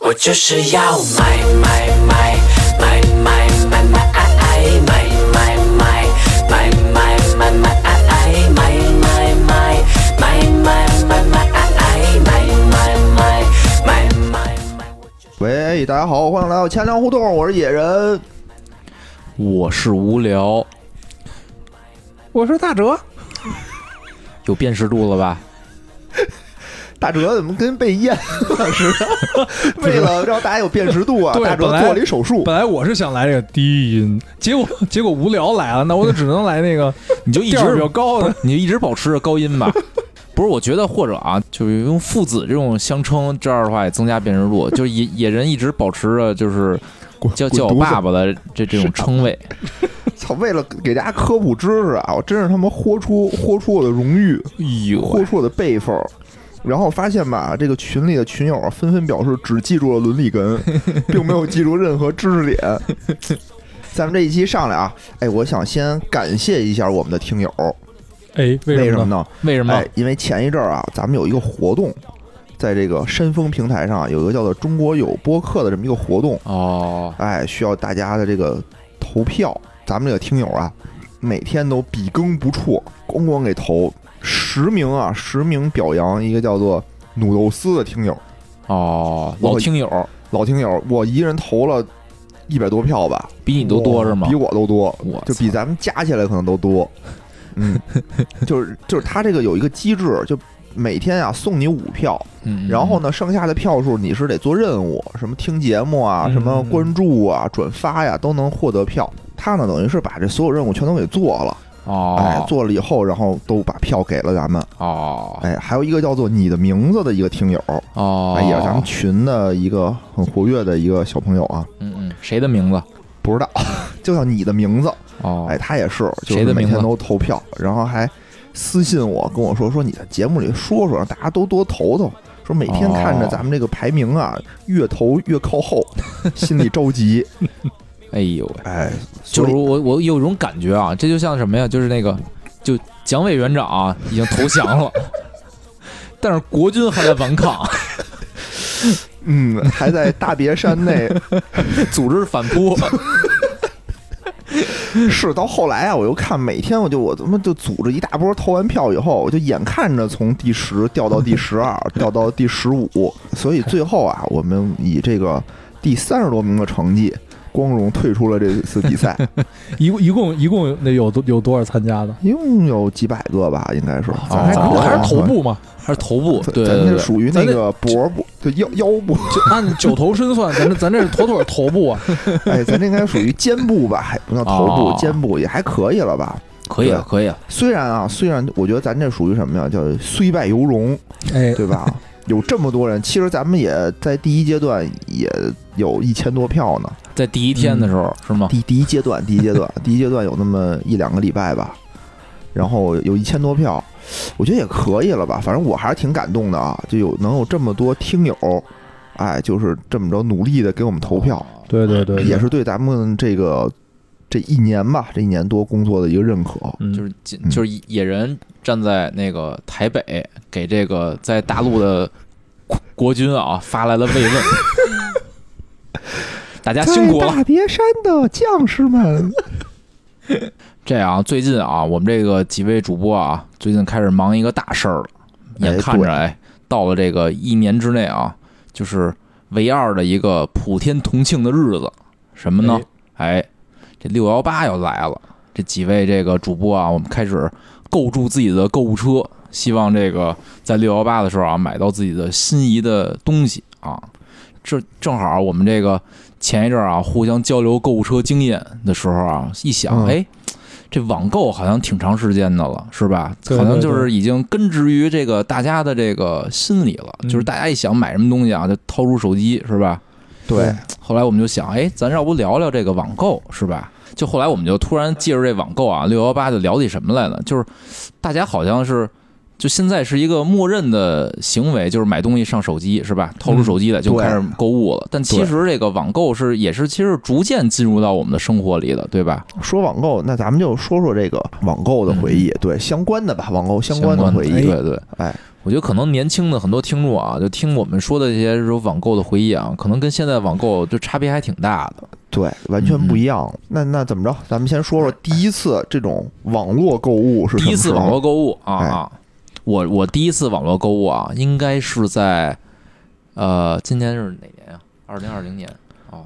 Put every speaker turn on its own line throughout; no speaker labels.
我就是要买买买买买买买爱爱买买买买买买买爱爱买买买买买买买爱爱买买买买买买。
喂，大家好，欢迎来到钱粮胡同，我是野人。
我是无聊，
我是大哲，
有辨识度了吧？
大哲怎么跟被淹了似的？为了让大家有辨识度啊，
对
大哲
本来
做了一手术。
本来我是想来这个低音，结果结果无聊来了，那我就只能来那个
你就一
调儿
直
比较高
不
的
是。你就一直保持着高音吧。 不是，我觉得或者啊，就是用父子这种相称，这样的话也增加辨识度。就是野野人一直保持着就是
滚
叫
滚
叫我
犊子
爸爸的这这
啊
种称谓。
操！为了给大家科普知识啊，我真是他妈豁出豁出我的荣誉，
哎呦
豁
喂，
出我的背缝。然后发现吧，这个群里的群友啊纷纷表示只记住了伦理根，并没有记住任何知识点。咱们这一期上来啊，哎，我想先感谢一下我们的听友，
哎，
为
为
什么
呢？
呢？
为什么？
哎，因为前一阵儿啊，咱们有一个活动，在这个山峰平台上啊有一个叫做“中国有播客”的这么一个活动，
哦，
哎，需要大家的这个投票。咱们这个听友啊，每天都笔耕不辍，咣咣给投十名啊，十名表扬一个叫做努豆丝的听友，
哦，
我
老听友
老听友，我一人投了一百多票吧，
比你都多是吗
比？我都多，
我
就比咱们加起来可能都多。嗯，就是就是他这个有一个机制，就每天啊送你五票，
嗯，嗯
然后呢剩下的票数你是得做任务，什么听节目啊，
嗯
什么关注啊、转发呀、都能获得票。他呢等于是把这所有任务全都给做了，哎
哦，
做了以后，然后都把票给了咱们。
哦
哎，还有一个叫做你的名字的一个听友，
哦，
哎也是咱们群的一个很活跃的一个小朋友啊，
嗯嗯，谁的名字？
不知道 就叫你的名字。
哦，
哎，他也是，就
谁
是
的
每
名字
天都投票，然后还私信我跟我说说你在节目里说说，让大家都多投投。说每天看着
哦
咱们这个排名啊，越投越靠后，心里着 急。
哎呦喂。
哎，
就
所
是
以
我我有一种感觉啊，这就像什么呀？就是那个，就蒋委员长啊、已经投降了， 但是国军还在 顽抗，
嗯，还在大别山内
组织反
哦
扑。
是到后来啊，我又看每天我就我他妈就组织一大波投完票以后，我就眼看着从第十掉到第十二，掉到第十五，所以最后啊，我们以这个第三十多名的成绩，光荣退出了这次比赛。
一共一共一共那有多有多少参加的？
一共有几百个吧，应该是。咱
还
哦
国
还
人
是头，部嘛？
还是头部，
哦咱
对
咱
对
这
对，
属于那
咱这
个脖部，就腰腰 部，
就按九头身算，咱这咱这是妥妥头 部啊！
哎，咱这应该属于肩部吧，还不叫头部，
哦
肩部也还可以了吧。
可以了，可以了。
虽然啊，虽然我觉得咱这属于什么呀，叫虽败犹荣，
哎，
对吧？有这么多人，其实咱们也在第一阶段也有一千多票呢。
在第一天的时候、是吗？
嗯第第一阶段，第一阶段， 第一阶段有那么一两个礼拜吧，然后有一千多票，我觉得也可以了吧。反正我还是挺感动的啊，就有能有这么多听友，哎，就是这么着努力的给我们投票，
哦
对对对，对
也是对咱们这个这一年吧，这一年多工作的一个认可。
嗯
就是就是野人站在那个台北，给这个在大陆的国国军啊发来了慰 问，大家辛苦了。
别山的将士们，
这样啊，最近啊，我们这个几位主播啊，最近开始忙一个大事儿了。眼看着哎，到了这个一年之内啊，就是唯二的一个普天同庆的日子，什么呢？哎，这六幺八要来了。这几位这个主播啊，我们开始构筑自己的购物车，希望这个在六幺八的时候啊，买到自己的心仪的东西啊。这正好啊我们这个前一阵儿啊，互相交流购物车经验的时候啊，一想，
嗯
哎，这网购好像挺长时间的了，是吧？
对
好像
对
就是已经根植于这个大家的这个心理了，
嗯
就是大家一想买什么东西啊，就掏出手机，是吧？
对，
后来我们就想，哎，咱要不聊聊这个网购，是吧？就后来我们就突然借着这网购啊，六幺八就聊起什么来了，就是大家好像是。就现在是一个默认的行为，就是买东西上手机是吧？掏出手机来就
嗯对
开始购物了。但其实这个网购是也是其实逐渐进入到我们的生活里的，对吧？
说网购，那嗯咱们就说说这个网购的回忆，对相关的吧，网购相关的
的
回忆。
对对。
哎，
我觉得可能年轻的很多听众啊，就听我们说的这些这种网购的回忆啊，可能跟现在网购就差别还挺大的。
对，完全不一样。那那怎么着？咱们先说说第一次这种网络购物是什
第
么
一次
时候
网络购物啊
哎
啊！我我第一次网络购物啊，应该是在呃，今年是哪年啊？二零二零年哦。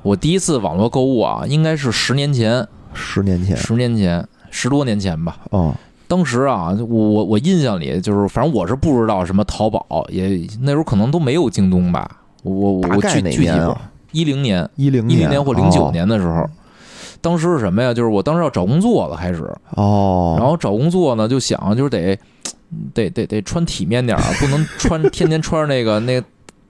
我第一次网络购物啊，应该是十年前，
十年前
十年前，十多年前吧。
哦，
当时啊，我我我印象里就是，反正我是不知道什么淘宝，也那时候可能都没有京东吧。我我我
大
我
概
具
哪
具体
年啊？
一零年、
一零
一零年或零九
哦
年的时候，当时是什么呀？就是我当时要找工作了，开始，
哦，
然后找工作呢，就想就是得得得得穿体面 点儿啊，不能穿天天穿着那个那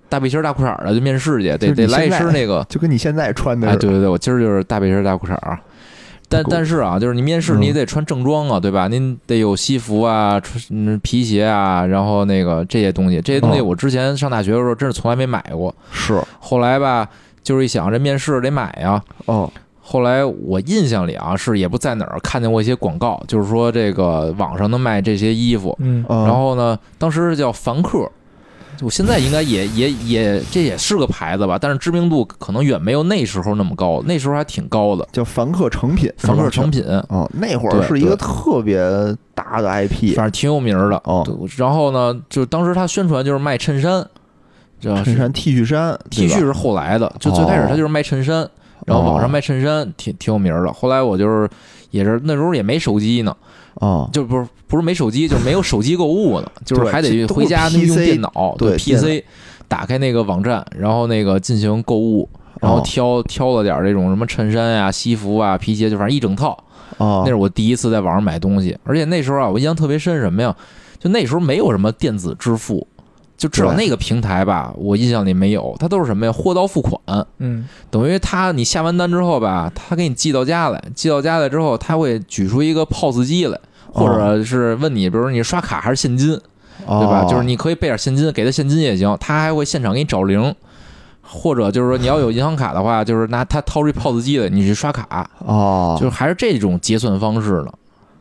大背心儿大裤衩儿的就面试去，
就是
得
你
得来
现
一
在
身那个。
就跟你现在穿的
哎，
是
对对对，我今儿就是大背心儿大裤衩儿啊。但
够
但是啊，就是你面试
嗯
你也得穿正装啊，对吧？您得有西服啊，穿嗯皮鞋啊，然后那个这些东西，这些东西
哦
我之前上大学的时候真是从来没买过。
是
后来吧，就是一想这面试得买啊呀、
哦
后来我印象里啊，是也不在哪儿看见过一些广告，就是说这个网上能卖这些衣服。
嗯，
哦，
然后呢，当时是叫凡客，我现在应该也 也也这也是个牌子吧，但是知名度可能远没有那时候那么高，那时候还挺高的。
叫凡客诚品，
凡客
诚
诚品，
哦，那会儿
对
是一个
对
特别大的 IP
反正挺有名儿的。
哦
对，然后呢，就当时他宣传就是卖衬衫，知道是
衬衫、T 恤衫、
T
对吧
恤是后来的，就最开始他就是卖衬衫，然后网
哦
上卖衬衫挺挺有名儿的。后来我就是也是那时候也没手机呢，
哦，
就不是不是没手机，就是没有手机购物呢，就是
对
还得
都是
回家用
PC
电脑，
对电
PC 打开那个网站，然后那个进行购物，然后
哦
挑挑了点儿这种什么衬衫呀、西服啊、皮鞋，就反正一整套。
哦，
那是我第一次在网上买东西，而且那时候啊，我印象特别深，什么呀？就那时候没有什么电子支付，就至少
对
那个平台吧，我印象里没有，它都是什么呀？货到付款，
嗯，
等于他你下完单之后吧，他给你寄到家来，寄到家来之后，他会举出一个 POS 机来。或者是问你，比如说你刷卡还是现金，对吧？
哦
就是你可以备点现金，给他现金也行，他还会现场给你找零，或者就是说你要有银行卡的话，就是拿他掏出一 POS 机来，你去刷卡，
哦，
就是还是这种结算方式呢。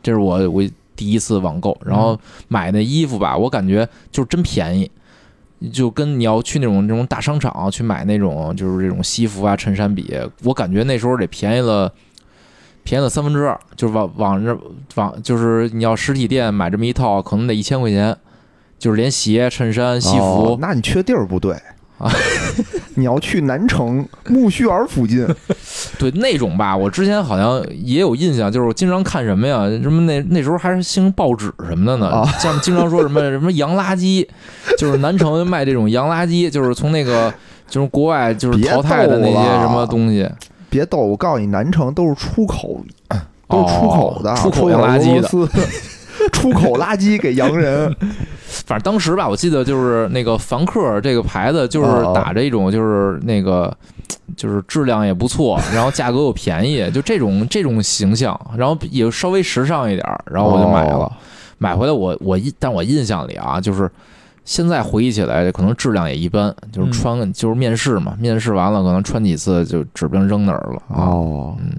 这是我我第一次网购，
嗯
然后买那衣服吧，我感觉就是真便宜，就跟你要去那种那种大商场啊去买那种就是这种西服啊、衬衫比，我感觉那时候得便宜了。便宜了三分之二，就是往往这往就是你要实体店买这么一套，可能得一千块钱，就是连鞋、衬衫、西服，
哦那你去的地儿不对
啊，
你要去南城木樨园附近，
对那种吧，我之前好像也有印象，就是我经常看什么呀，什么那那时候还是兴报纸什么的呢，
啊
像经常说什么 什么洋垃圾，就是南城卖这种洋垃圾，就是从那个就是国外就是
别
淘汰的那
逗
些
了
什么东西，
别逗，我告诉你，南城都是出口，啊都是出口的，
哦
出
出口洋垃圾的。
的，出口垃圾给洋 人。啊
反正当时吧，我记得就是那个凡客这个牌子，就是
哦
打着一种就是那个。就是质量也不错，然后价格又便宜，就这种这种形象，然后也稍微时尚一点儿，然后我就买了。
哦
买回来我我印，但我印象里啊，就是现在回忆起来，可能质量也一般，就是
嗯
穿、就是面试嘛，面试完了可能穿几次就指不定扔哪儿了啊。
哦，
嗯，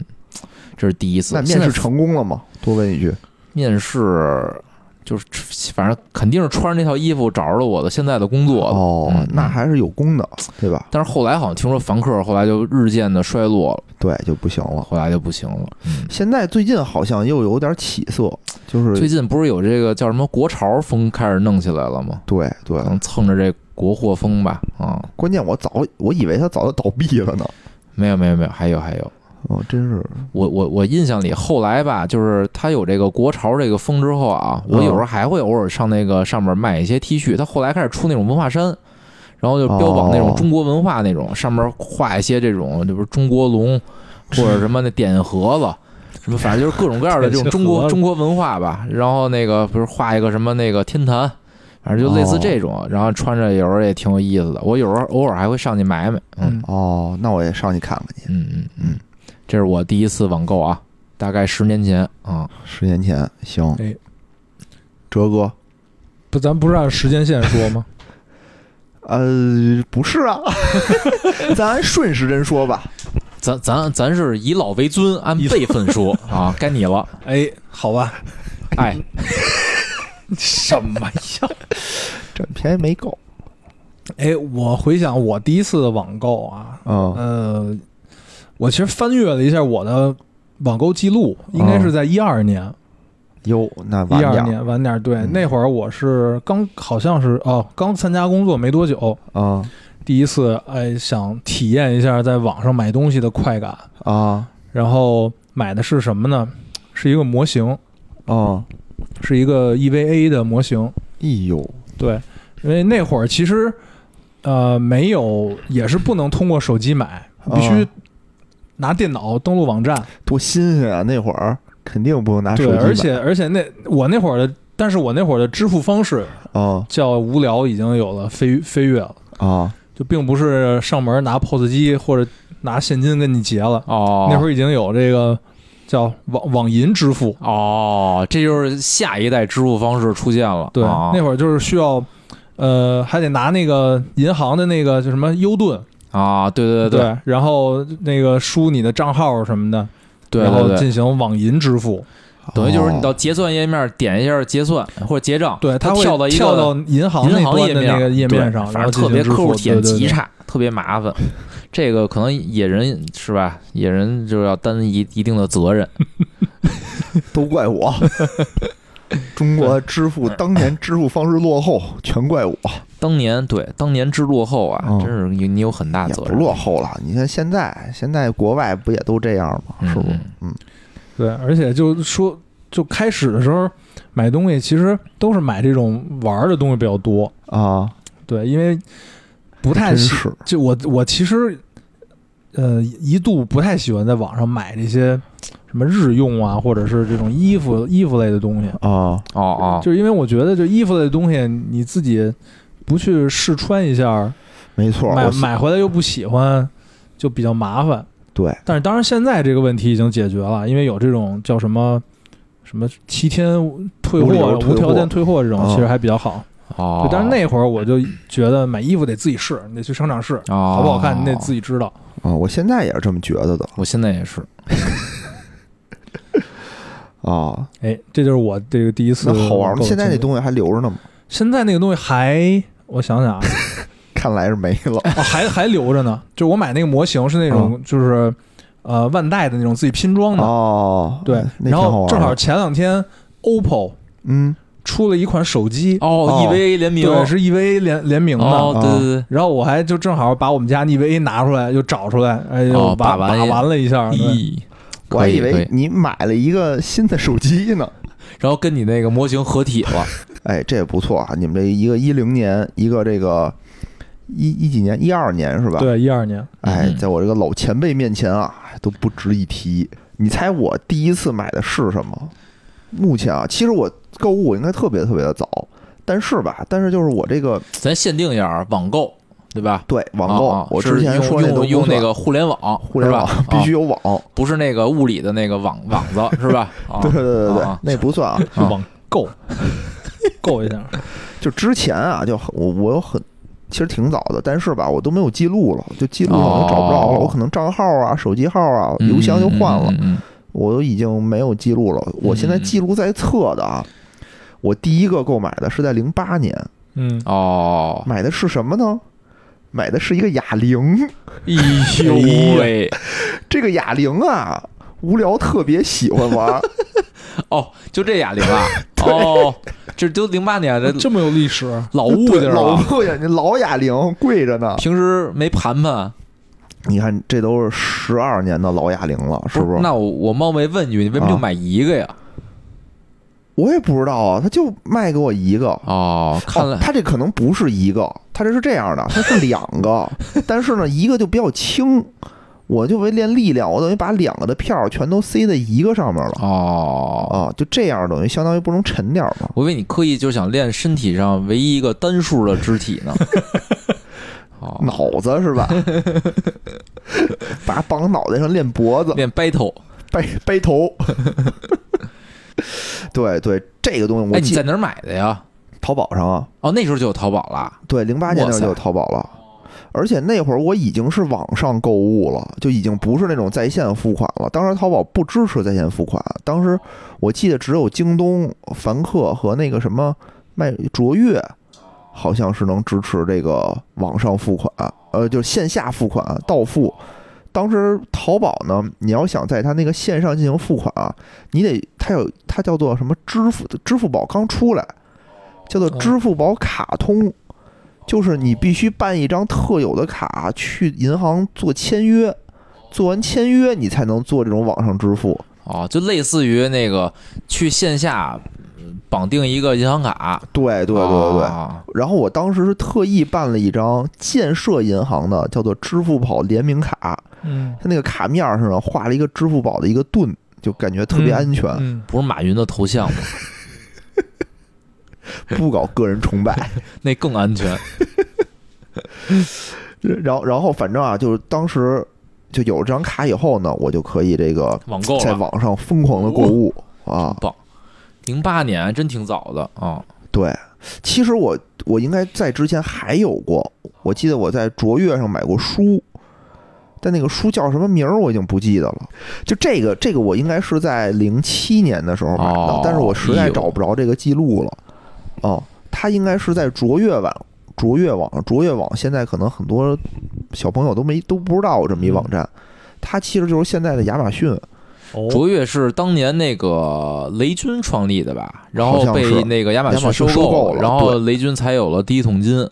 这是第一次。
那
现
面
在
试成功了吗？多问一句。
面试就是反正肯定是穿着那套衣服找着了我的现在的工作的。
哦
嗯，
那还是有功的，对吧？
但是后来好像听说凡客后来就日渐的衰落了，
对，就不行了。
后来就不行了。
现在最近好像又有点起色，就是
嗯最近不是有这个叫什么国潮风开始弄起来了吗？
对对
可，能蹭着这国货风吧，啊、
关键我早我以为他早就倒闭了呢。
没有没有没有，还有还有，
哦，真是
我我我印象里，后来吧，就是他有这个国潮这个风之后啊，
嗯
我有时候还会偶尔上那个上面买一些 T 恤。他后来开始出那种文化衫，然后就标榜那种
哦
中国文化那种，上面画一些这种就是中国 龙或者什么那点盒子，什么反正就是各种各样的这种中
点
国
盒子
中国文化吧。然后那个不是画一个什么那个天坛，反正就类
哦
似这种，然后穿着有时候也挺有意思的。我有时候偶尔还会上去买买，嗯。
嗯
哦，那我也上去看看去。
嗯嗯，嗯，这是我第一次网购啊，大概十年前啊。
十年前，行。
哎
哲哥，
不，咱不是按时间线说 吗？
呃，不是啊， 咱按顺时针说吧。
咱咱咱是以老为尊，按辈分说啊，该你了。
哎，好吧，
哎，
什么 呀？
占便宜没够
哎，我回想我第一次的网购啊，
啊
呃，我其实翻阅了一下我的网购记录，应该是在一二年，
哟，那
一
哦晚
二
点儿
年晚点儿，对，
嗯
那会儿我是刚好像是哦，刚参加工作没多久，
啊
第一次哎想体验一下在网上买东西的快感，
啊
然后买的是什么呢？是一个模型，
啊！
是一个 EVA 的模型，
哎呦，
对，因为那会儿其实呃没有，也是不能通过手机买，必须
啊
拿电脑登录网站。
多新鲜啊！那会儿肯定不用拿手
对，
机买，
而且而且那我那会儿的，但是我那会儿的支付方式
啊
叫无聊已经有了飞飞跃了，
啊
就并不是上门拿 POS 机或者拿现金跟你结了，
哦，
那会
儿
儿已经有这个叫网网银支付。
哦，这就是下一代支付方式出现了。
对，
啊、
那会儿就是需要。呃，还得拿那个银行的那个叫什么 U 盾，
啊，对对对
然后那个输你的账号什么的，
对
然后
对对，
进行网银支付，
等于就是你
哦
到结算页面点一下结算或者结账，
对，它会
跳到一个
跳到银行
银
那
行
端
页
的
面
那个页面上，
对
然
反
后
正
进
特
行
别
支付
客户体验
对对
极
对
差，特别麻烦。这个可能野人是吧？野人就要担一一定的责任。
都怪我。 中国支付当年支付方式落后，全怪我，
当年对当年之落后啊，
嗯
真是你你有很大
也
责
不
任。
落后了。你看现在，现在国外不也都这样吗？
嗯
是不？嗯
对，而且就说就开始的时候买东西，其实都是买这种玩儿的东西比较多，
啊，
对，因为不太
真
喜，
是
就我我其实呃一度不太喜欢在网上买这些什么日用啊，或者是这种衣服衣服类的东西，
啊
哦哦，
就是因为我觉得，就衣服类的东西，你自己不去试穿一下，
没错，
买
我
买回来又不喜欢，就比较麻烦。
对
但是当然，现在这个问题已经解决了，因为有这种叫什么什么七天退
无理由
货、
退货啊
无条件退货这种，
嗯
其实还比较好。
哦
对，但是那会儿我就觉得买衣服得自己试，你得去商场试，
哦
好不好看你得自己知道。
啊，我现在也是这么觉得的
我现在也是，
啊。
哎，这就是我这个第一次
那好玩
购
吗？
的
现在
经
那
历，
东西还留着呢吗？
现在那个东西还。我想想啊，
看来是没了。
哦，还还留着呢。就我买那个模型是那种，就是呃万代的那种自己拼装
嗯
的，
哦，
对。
那挺
然
好
后
玩
正好
的
前两天 OPPO
嗯
出了一款手机，
哦
哦
，EVA 联名
对，是 EVA 联联名的。
哦，对对对，
然后我还就正好把我们家 EVA 拿出来，又找出来，哎
哦
呦，
把
把
玩
把
一
玩了一
嗯
下，对
咦，
我还
可以
以
可
为
以
你买了一个新的手机呢。
然后跟你那个模型合体了，
哎，这也不错啊！你们这一个一零年，一个这个一一几年，一二年是吧？。
对，一二年，
哎
嗯，
在我这个老前辈面前啊，都不值一提。你猜我第一次买的是什么？目前啊，其实我购物我应该特别特别的早，但是吧，但是就是我这个
咱限定一下啊，网购对吧？
对网购，
啊啊
我
是
之前
用
说那都
用用
不算
那个互联网，
互联网
是吧
必须有
啊
网，
不是那个物理的那个网网子 是吧？啊
对对对对对，
啊
那不 算啊。
就网购 购一下，
就之前啊，就很我我有很其实挺早的，但是吧，我都没有记录了，就记录可能找不着了，
哦
我可能账号啊、手机号啊、邮箱就换了，
嗯嗯嗯嗯嗯
我都已经没有记录了。我现在记录在册的啊，我第一个购买的是在零八年，
嗯
嗯，哦，
买的是什么呢？买的是一个哑铃，
哎呦喂，
这个哑铃啊，无聊特别喜欢玩，
哦，就这哑铃 啊，哦，这都零八年这
这么有历史，
老 物
对
件
老
了，
物件，那老哑铃贵着呢。
平时没盘盘，
你看，这都是十二年的老哑铃了，是不是？
那我我冒昧问一句，你为什么就
啊
买一个呀？
我也不知道啊，他就卖给我一个。
哦，看
哦
来，
他这可能不是一个，他这是这样的，他是两个， 但是呢，一个就比较轻，我就为练力量，我等于把两个的片儿全都塞在一个上面了
哦，
啊，就这样等于相当于不能沉点儿嘛，
我以为你刻意就想练身体上唯一一个单数的肢体 呢。哦，
脑子是 吧？把绑脑袋上练脖子，
练 battle。
掰掰头。对对，这个东西
哎，
我
你
记
在哪儿买的呀？
淘宝上啊，
哦，那时候就有淘宝了。
对，零八年那时候就有
哇塞
淘宝了。而且那会儿我已经是网上购物了，就已经不是那种在线付款了。当时淘宝不支持在线付款，当时我记得只有京东、凡客和那个什么卖卓越，好像是能支持这个网上付款，呃，就是线下付款到付。当时淘宝呢，你要想在它那个线上进行付款啊，你得它有它叫做什么支付支付宝刚出来，叫
嗯
做支付宝卡通，就是你必须办一张特有的卡去银行做签约，做完签约你才能做这种网上支付。
哦，就类似于那个去线下呃绑定一个银行卡，
对对对对对。
啊
然后我当时是特意办了一张建设银行的叫做支付宝联名卡，
嗯，
它那个卡面上呢画了一个支付宝的一个盾，就感觉特别安全，
嗯，
不是马云的头像吗？
不搞个人崇拜。
那更安全。
然后然后反正啊，就是当时就有了这张卡以后呢，我就可以这个
网购
在
了，
网上疯狂的购物啊。
零八年真挺早的啊。
对，其实我我应该在之前还有过，我记得我在卓越上买过书，但那个书叫什么名儿我已经不记得了。就这个这个我应该是在零七年的时候买的，
哦
但是我实
哎
在
呦
找不着这个记录了。哦，它应该是在卓越网。卓越网，卓越网现在可能很多小朋友都没都不知道有这么一网站，
嗯
它其实就是现在的亚马逊，
哦，
卓越是当年那个雷军创立的吧，然后
好像是
被那个亚马
亚马逊
收
收购了
然后
对
雷军才有了第一桶金，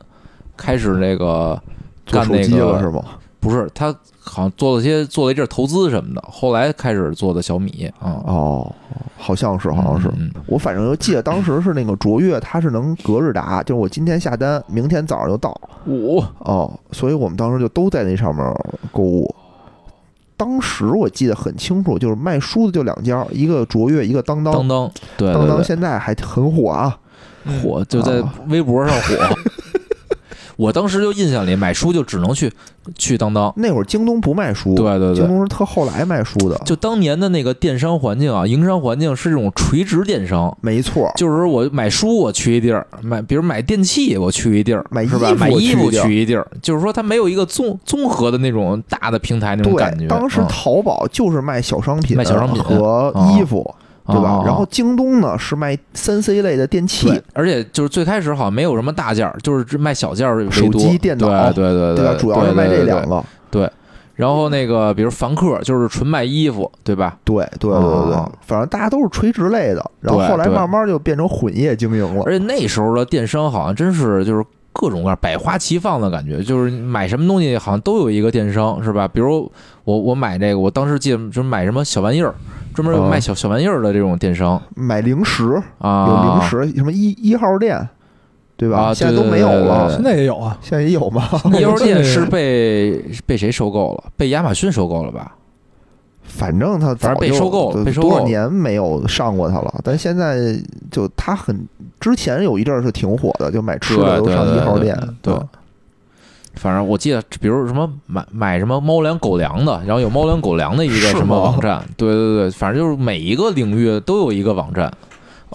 开始那个
做
干
手
那
机了是
个
吗？
不是他好像做了些做了一阵投资什么的，后来开始做的小米啊，
哦，好像是，好像是。
嗯嗯
我反正就记得当时是那个卓越，它是能隔日达，就是我今天下单，明天早上就到
五
哦，所以我们当时就都在那上面购物。当时我记得很清楚，就是卖书的就两家，一个卓越，一个当当。
当当对
当当
对
现在还很火啊，
对，火就在
啊
微博上 火。我当时就印象里买书就只能去去当当，
那会儿京东不卖书，
对对
京
对。
东是特后来卖书的，
就当年的那个电商环境啊，营商环境是这种垂直电商，
没错。
就是我买书我去一地儿，买比如买电器我去一地儿，
买衣
是吧？
服
买
我
衣
去一
服
地儿
去一地儿，就是说它没有一个综综合的那种大的平台那种感觉。
对，当时
嗯
淘宝就是卖小商品、
卖小商品
和衣服，对吧？然后京东呢是卖三 C 类的电器，
哦对，而且就是最开始好像没有什么大件儿，就是只卖小件儿为多，
手机电脑
对对
吧？主要是卖这两。
对对对对
个。
然后那个比如凡客就是纯卖衣服，对吧？
对对对对对
啊，
反正大家都是垂直类的，然后
对
后来
对
慢慢就变成混业经营了
而。且那时候的电商好像真是就是各种各样百花齐放的感觉，就是买什么东西好像都有一个电商，是吧？比如我我买这个，我当时记得就是买什么小玩意儿，专门有
哦
卖小小玩意儿的这种电商
买零食
啊，
有零食，什么一一号店，对吧？
啊
现在都
对
没有
对
了
对，
现在也有啊，
现在也有吗？
一号店是被被谁收购了？被亚马逊收购了吧？
反正它早
反正被
就
收购了
对
被收
多
购
少
了
年没有上过它了，但现在就它很之前有一阵儿是挺火的，就买吃的
对
都
对
上
对
一号
对
店，
对
嗯
反正我记得，比如什么买买什么猫粮、狗粮的，然后有猫粮、狗粮的一个
是吗
什么网站，对对对，反正就是每一个领域都有一个网站。
哦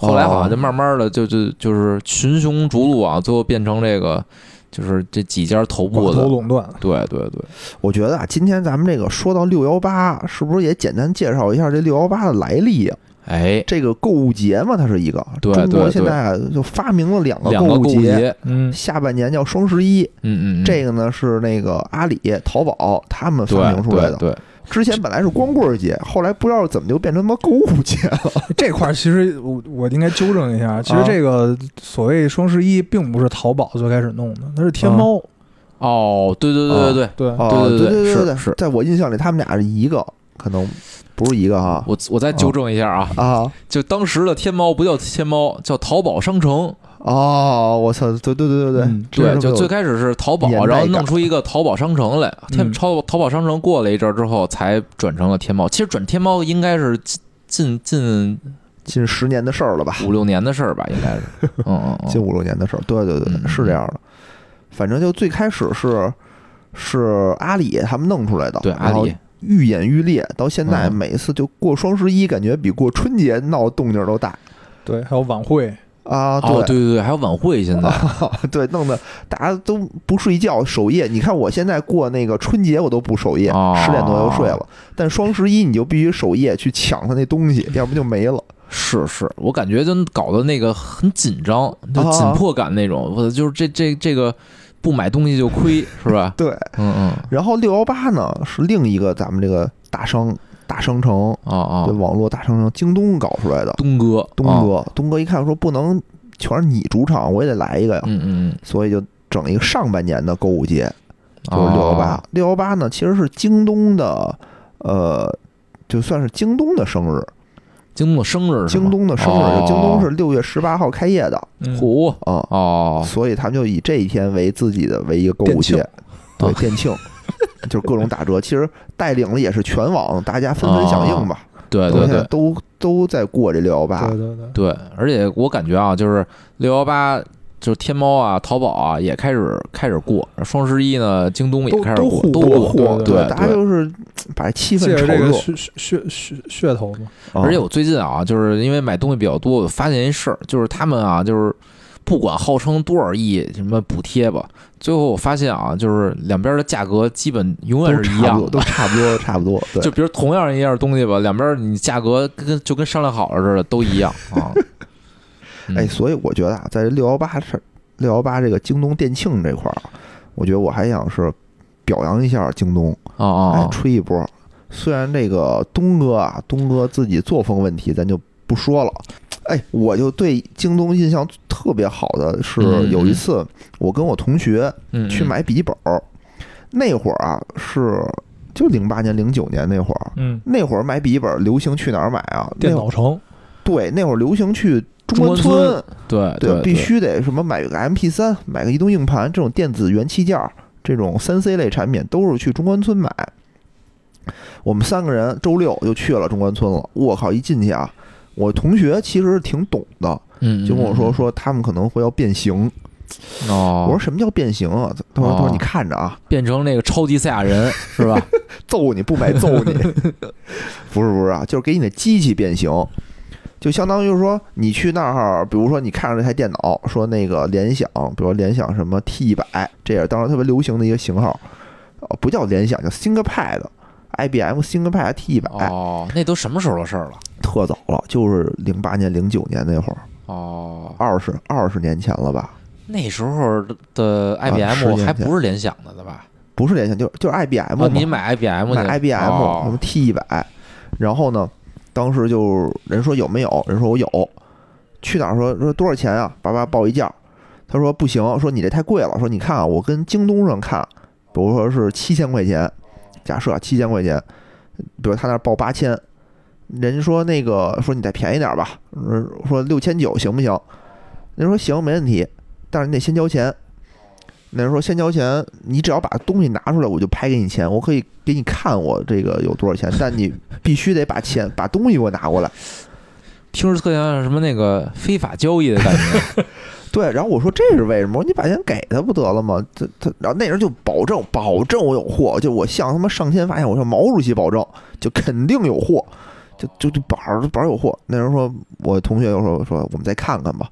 后来好像就慢慢的就就就是群雄逐鹿啊，最后变成这个就是这几家头部
网投
的，
垄断，
对对对，
我觉得啊，今天咱们这个说到六幺八，是不是也简单介绍一下这六幺八的来历啊？
哎，
这个购物节嘛，它是一个
对
中国
对
现在啊就发明了两个
两个
购
购物
节，
节，
嗯，
下半年叫双十一，
嗯嗯，嗯
这个呢是那个阿里、淘宝他们
对
发明出来的。
对对，
之前本来是光棍节，后来不知道怎么就变成他妈购物节 了。
这块儿其实我我应该纠正一下，其实
啊
这个所谓双十一并不是淘宝最开始弄的，那是天
啊
猫，
哦，对对对对对，
对，
哦，
对
对
对对
对
是
对，
是
在我印象里，他们俩是一个，可能不是一个哈。
我我再纠正一下啊，
啊
就当时的天猫不叫天猫，叫淘宝商城，
哦，我操！对对对对
嗯
真
对，
是
就
没有
最开始是淘宝
年，代
然后
感
弄出一个淘宝商城来，天
嗯
淘淘宝商城过了一阵儿之后，才转成了天猫。其实转天猫应该是近近近
近十年的事儿了吧？
五六年的事儿吧，应该是，嗯嗯
近
嗯，
五六年的事儿。对对对，
嗯
对是这样的。反正就最开始是是阿里他们弄出来的，
对，阿
然后啊
里，
愈演愈烈，到现在
嗯
每次就过双十一，感觉比过春节闹动静儿都大。
对，还有晚会，
啊，对、
哦，对对对，还有晚会现在，
对，弄得大家都不睡觉，守夜。你看我现在过那个春节，我都不守夜，十、
哦
点多就睡了。但双十一你就必须守夜去抢他那东西，要不就没了。
是是，我感觉就搞得那个很紧张，就
啊
紧迫感那种。我、就是这这这个不买东西就亏，是吧？
对，
嗯嗯，
然后六幺八呢是另一个咱们这个大商大商城，
哦
对，
哦，
网络大商城，京东搞出来的。
东哥，
东
啊，
哥，东哥一看说不能全是你主场，我也得来一个呀，
嗯嗯
所以就整一个上半年的购物节，
嗯，
就是六幺八
哦。
六幺八呢，其实是京东的，呃，就算是京东的生日，
京东的生日是吗，
京东的生日，
哦
京东是六月十八号开业的
嗯
虎
啊、
哦，
所以他们就以这一天为自己的为一个购
店
物
庆
节，对
啊
店庆，就是各种打折。其实带领的也是全网大家纷纷响应吧，
啊对
都
对
现在
对
都都在过这六幺八
对，对对，
对，而且我感觉啊，就是六幺八，就是天猫啊、淘宝啊也开始开始过，双十一呢，京东也
都
开始
都
过，
互
都
过
过，
对
对
大家
对
就是把气氛
借着
炒
这个
热，
噱噱噱噱头嘛，
啊
而且我最近啊，就是因为买东西比较多，我发现一事儿，就是他们啊，就是不管号称多少亿什么补贴吧，最后我发现啊，就是两边的价格基本永远
都
是一
差
样
不多，都
的。
差不多，差不多，对
就比如同样一样东西吧，两边你价格跟就跟商量好了似的，都一样 啊。嗯
哎，所以我觉得啊，在六幺八这六幺八这个京东店庆这块儿啊，我觉得我还想是表扬一下京东，
啊
哎
啊，，
吹一波。虽然这个东哥啊，东哥自己作风问题，咱就不说了。哎，我就对京东印象特别好的是
嗯
有一次，我跟我同学
嗯，
去买笔记本儿，那会儿啊是就零八年、零九年那会儿，
嗯，
那会儿买笔记本儿流行去哪儿买啊？那
电
会
脑
儿
城，
对，那会儿流行去中关
中关
村。
对
对，必须得什么买个 MP 三，买个移动硬盘这种电子元器件儿，这种三 C 类产品都是去中关村买。我们三个人周六就去了中关村了。我靠，一进去啊，我同学其实挺懂的，
嗯，
就跟我说
嗯
说他们可能会要变形。
嗯哦，
我说什么叫变形啊？他说他说
哦
你看着啊，
变成那个超级赛亚人是吧？
揍你不买揍 你。不是不是啊，就是给你的机器变形，就相当于就是说你去那儿，比如说你看上这台电脑，说那个联想，比如说联想什么 T 一百，这也是当时特别流行的一个型号，呃，不叫联想，叫 ThinkPad，IBM ThinkPad T 一百、
哦，那都什么时候的事儿了？
特早了，就是零八年、零九年那会儿，
哦，
二十二十年前了吧？
那时候的
十年
IBM
前
还不是联想的对吧？
不是联想，就是就是 IBM 嘛。
哦，你买 IBM 去
买 IBM 什么
哦
T 一百，然后呢，当时就人说有没有，人说我有，去哪儿说说多少钱啊？叭叭报一价，他说不行，说你这太贵了，说你看啊，我跟京东上看，比如说是七千块钱，假设啊七千块钱，比如他那儿报八千，人家说那个说你再便宜点儿吧，嗯说六千九行不行？人说行，没问题，但是你得先交钱。那人说先交钱，你只要把东西拿出来，我就拍给你钱，我可以给你看我这个有多少钱，但你必须得把钱把东西给我拿过来。
听着特像是什么那个非法交易的感 觉。
对，然后我说这是为什么？我说你把钱给他不得了吗？他他，然后那人就保证保证我有货，就我向他妈上天发现，我向毛主席保证，就肯定有货，就就就板儿板儿有货。那人说，我同学又说说我们再看看吧，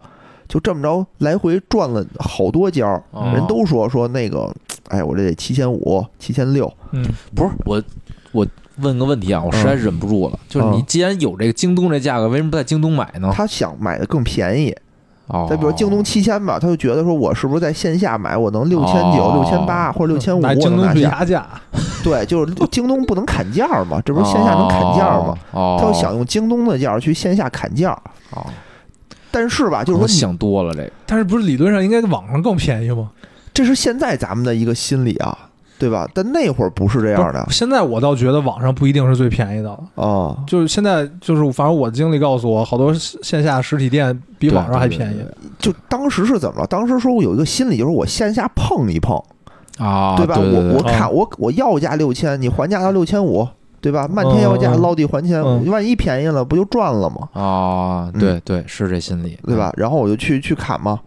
就这么着来回转了好多家儿，
哦
人都说说那个，哎，我这得七千五、七千六，
嗯，
不是我，我问个问题啊，我
嗯
实在忍不住了，就是你既然有这个京东这价格，为什么不在京东买呢？
他想买的更便宜。
哦，
再比如京东七千吧，他就觉得说我是不是在线下买，我能六千九、六
哦
千八或者六千五，
拿
我
京
能
东
拿
去
下。
压价，
对，就是京东不能砍价儿嘛，这不是线下能砍价儿吗？
哦？哦，
他就想用京东的价儿去线下砍价儿，
哦，
但是吧，就
就是
说你
想多了这个。
但是不是理论上应该网上更便宜吗？
这是现在咱们的一个心理啊，对吧？但那会儿不是这样的
不是现在我倒觉得网上不一定是最便宜的了。
啊。
就是现在，就是反正我经历告诉我，好多线下实体店比网上还便宜
对对。
就当时是怎么了？当时说我有一个心理，就是我线下碰一碰，
啊，
吧？
对
我我
对
看
嗯
我我要价六千，你还价到六千五，对吧？漫天要价，
嗯嗯
捞底还钱，
嗯
万一便宜了，不就赚了吗？
啊，对对，是这心理，
嗯
嗯
对吧？？然后我就去去砍嘛，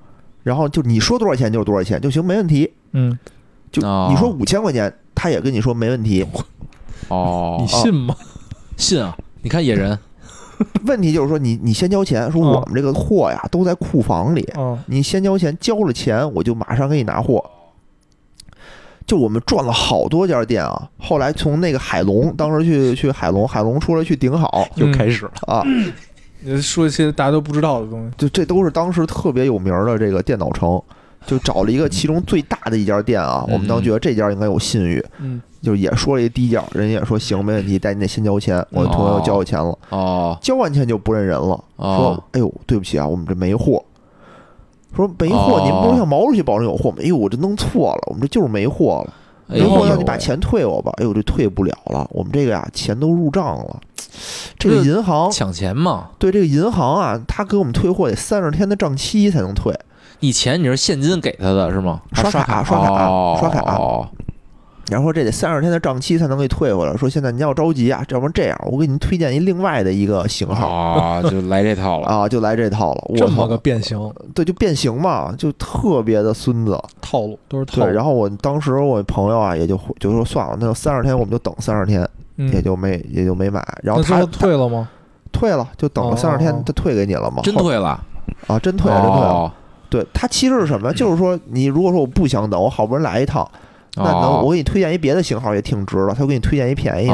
然后就你说多少钱就是多少钱就行，没问题。
嗯，
就
哦
你说五千块钱，他也跟你说没问题。
哦
你，信吗？
信啊！你看野人，
问题就是说你你先交钱，说
嗯
我们这个货呀都在库房里，
嗯
你先交钱，交了钱我就马上给你拿货。就我们转了好多家店啊，后来从那个海龙，当时去去海龙，海龙出来去顶好
又开
始了。
啊，
你说一些大家都不知道的东西，
就这都是当时特别有名儿的这个电脑城，就找了一个其中最大的一家店啊，我们当时觉得这家应该有信誉，
嗯，
就也说了一低价，人家也说行没问题，但你得先交钱，我同学交了钱了，
哦
交完钱就不认人了，
哦
说，哎呦对不起啊，我们这没货。说没货，你们不
哦
是向毛主席保证有货吗？哎呦，我这弄错了，我们这就是没货了。
哎
没
呦
货，要你把钱退我吧。哎呦，这退不了了，我们这个呀，钱都入账了。这个
这
银行
抢钱嘛，
对这个银行啊，他给我们退货得三十天的账期才能退，
你钱你是现金给他的是吗？
刷
刷
卡
刷
刷卡
哦、
刷卡
哦
然后这得三十天的账期才能给退回来。说现在您要着急啊，要不然这样，我给您推荐一另外的一个型号
啊，就来这套 了。
啊，就来这套了。我
这
操
么个变形
对，就变形嘛，就特别的孙子。
套路都是套
对，
路，
然后我当时我朋友啊，也就就说算了，那就三十天，我们就等三十天，
嗯
也就没也就没买。然后
那最
他
后退了吗？
退了，就等了三十
哦
天，他退给你了嘛？
真
后
退了，
啊，真 退了，真退了。
哦，
对，它其实是什么呀？就是说，你如果说我不想等，我好不容易来一趟，那能我
哦
给你推荐一别的型号也挺值的，他给你推荐一便宜的。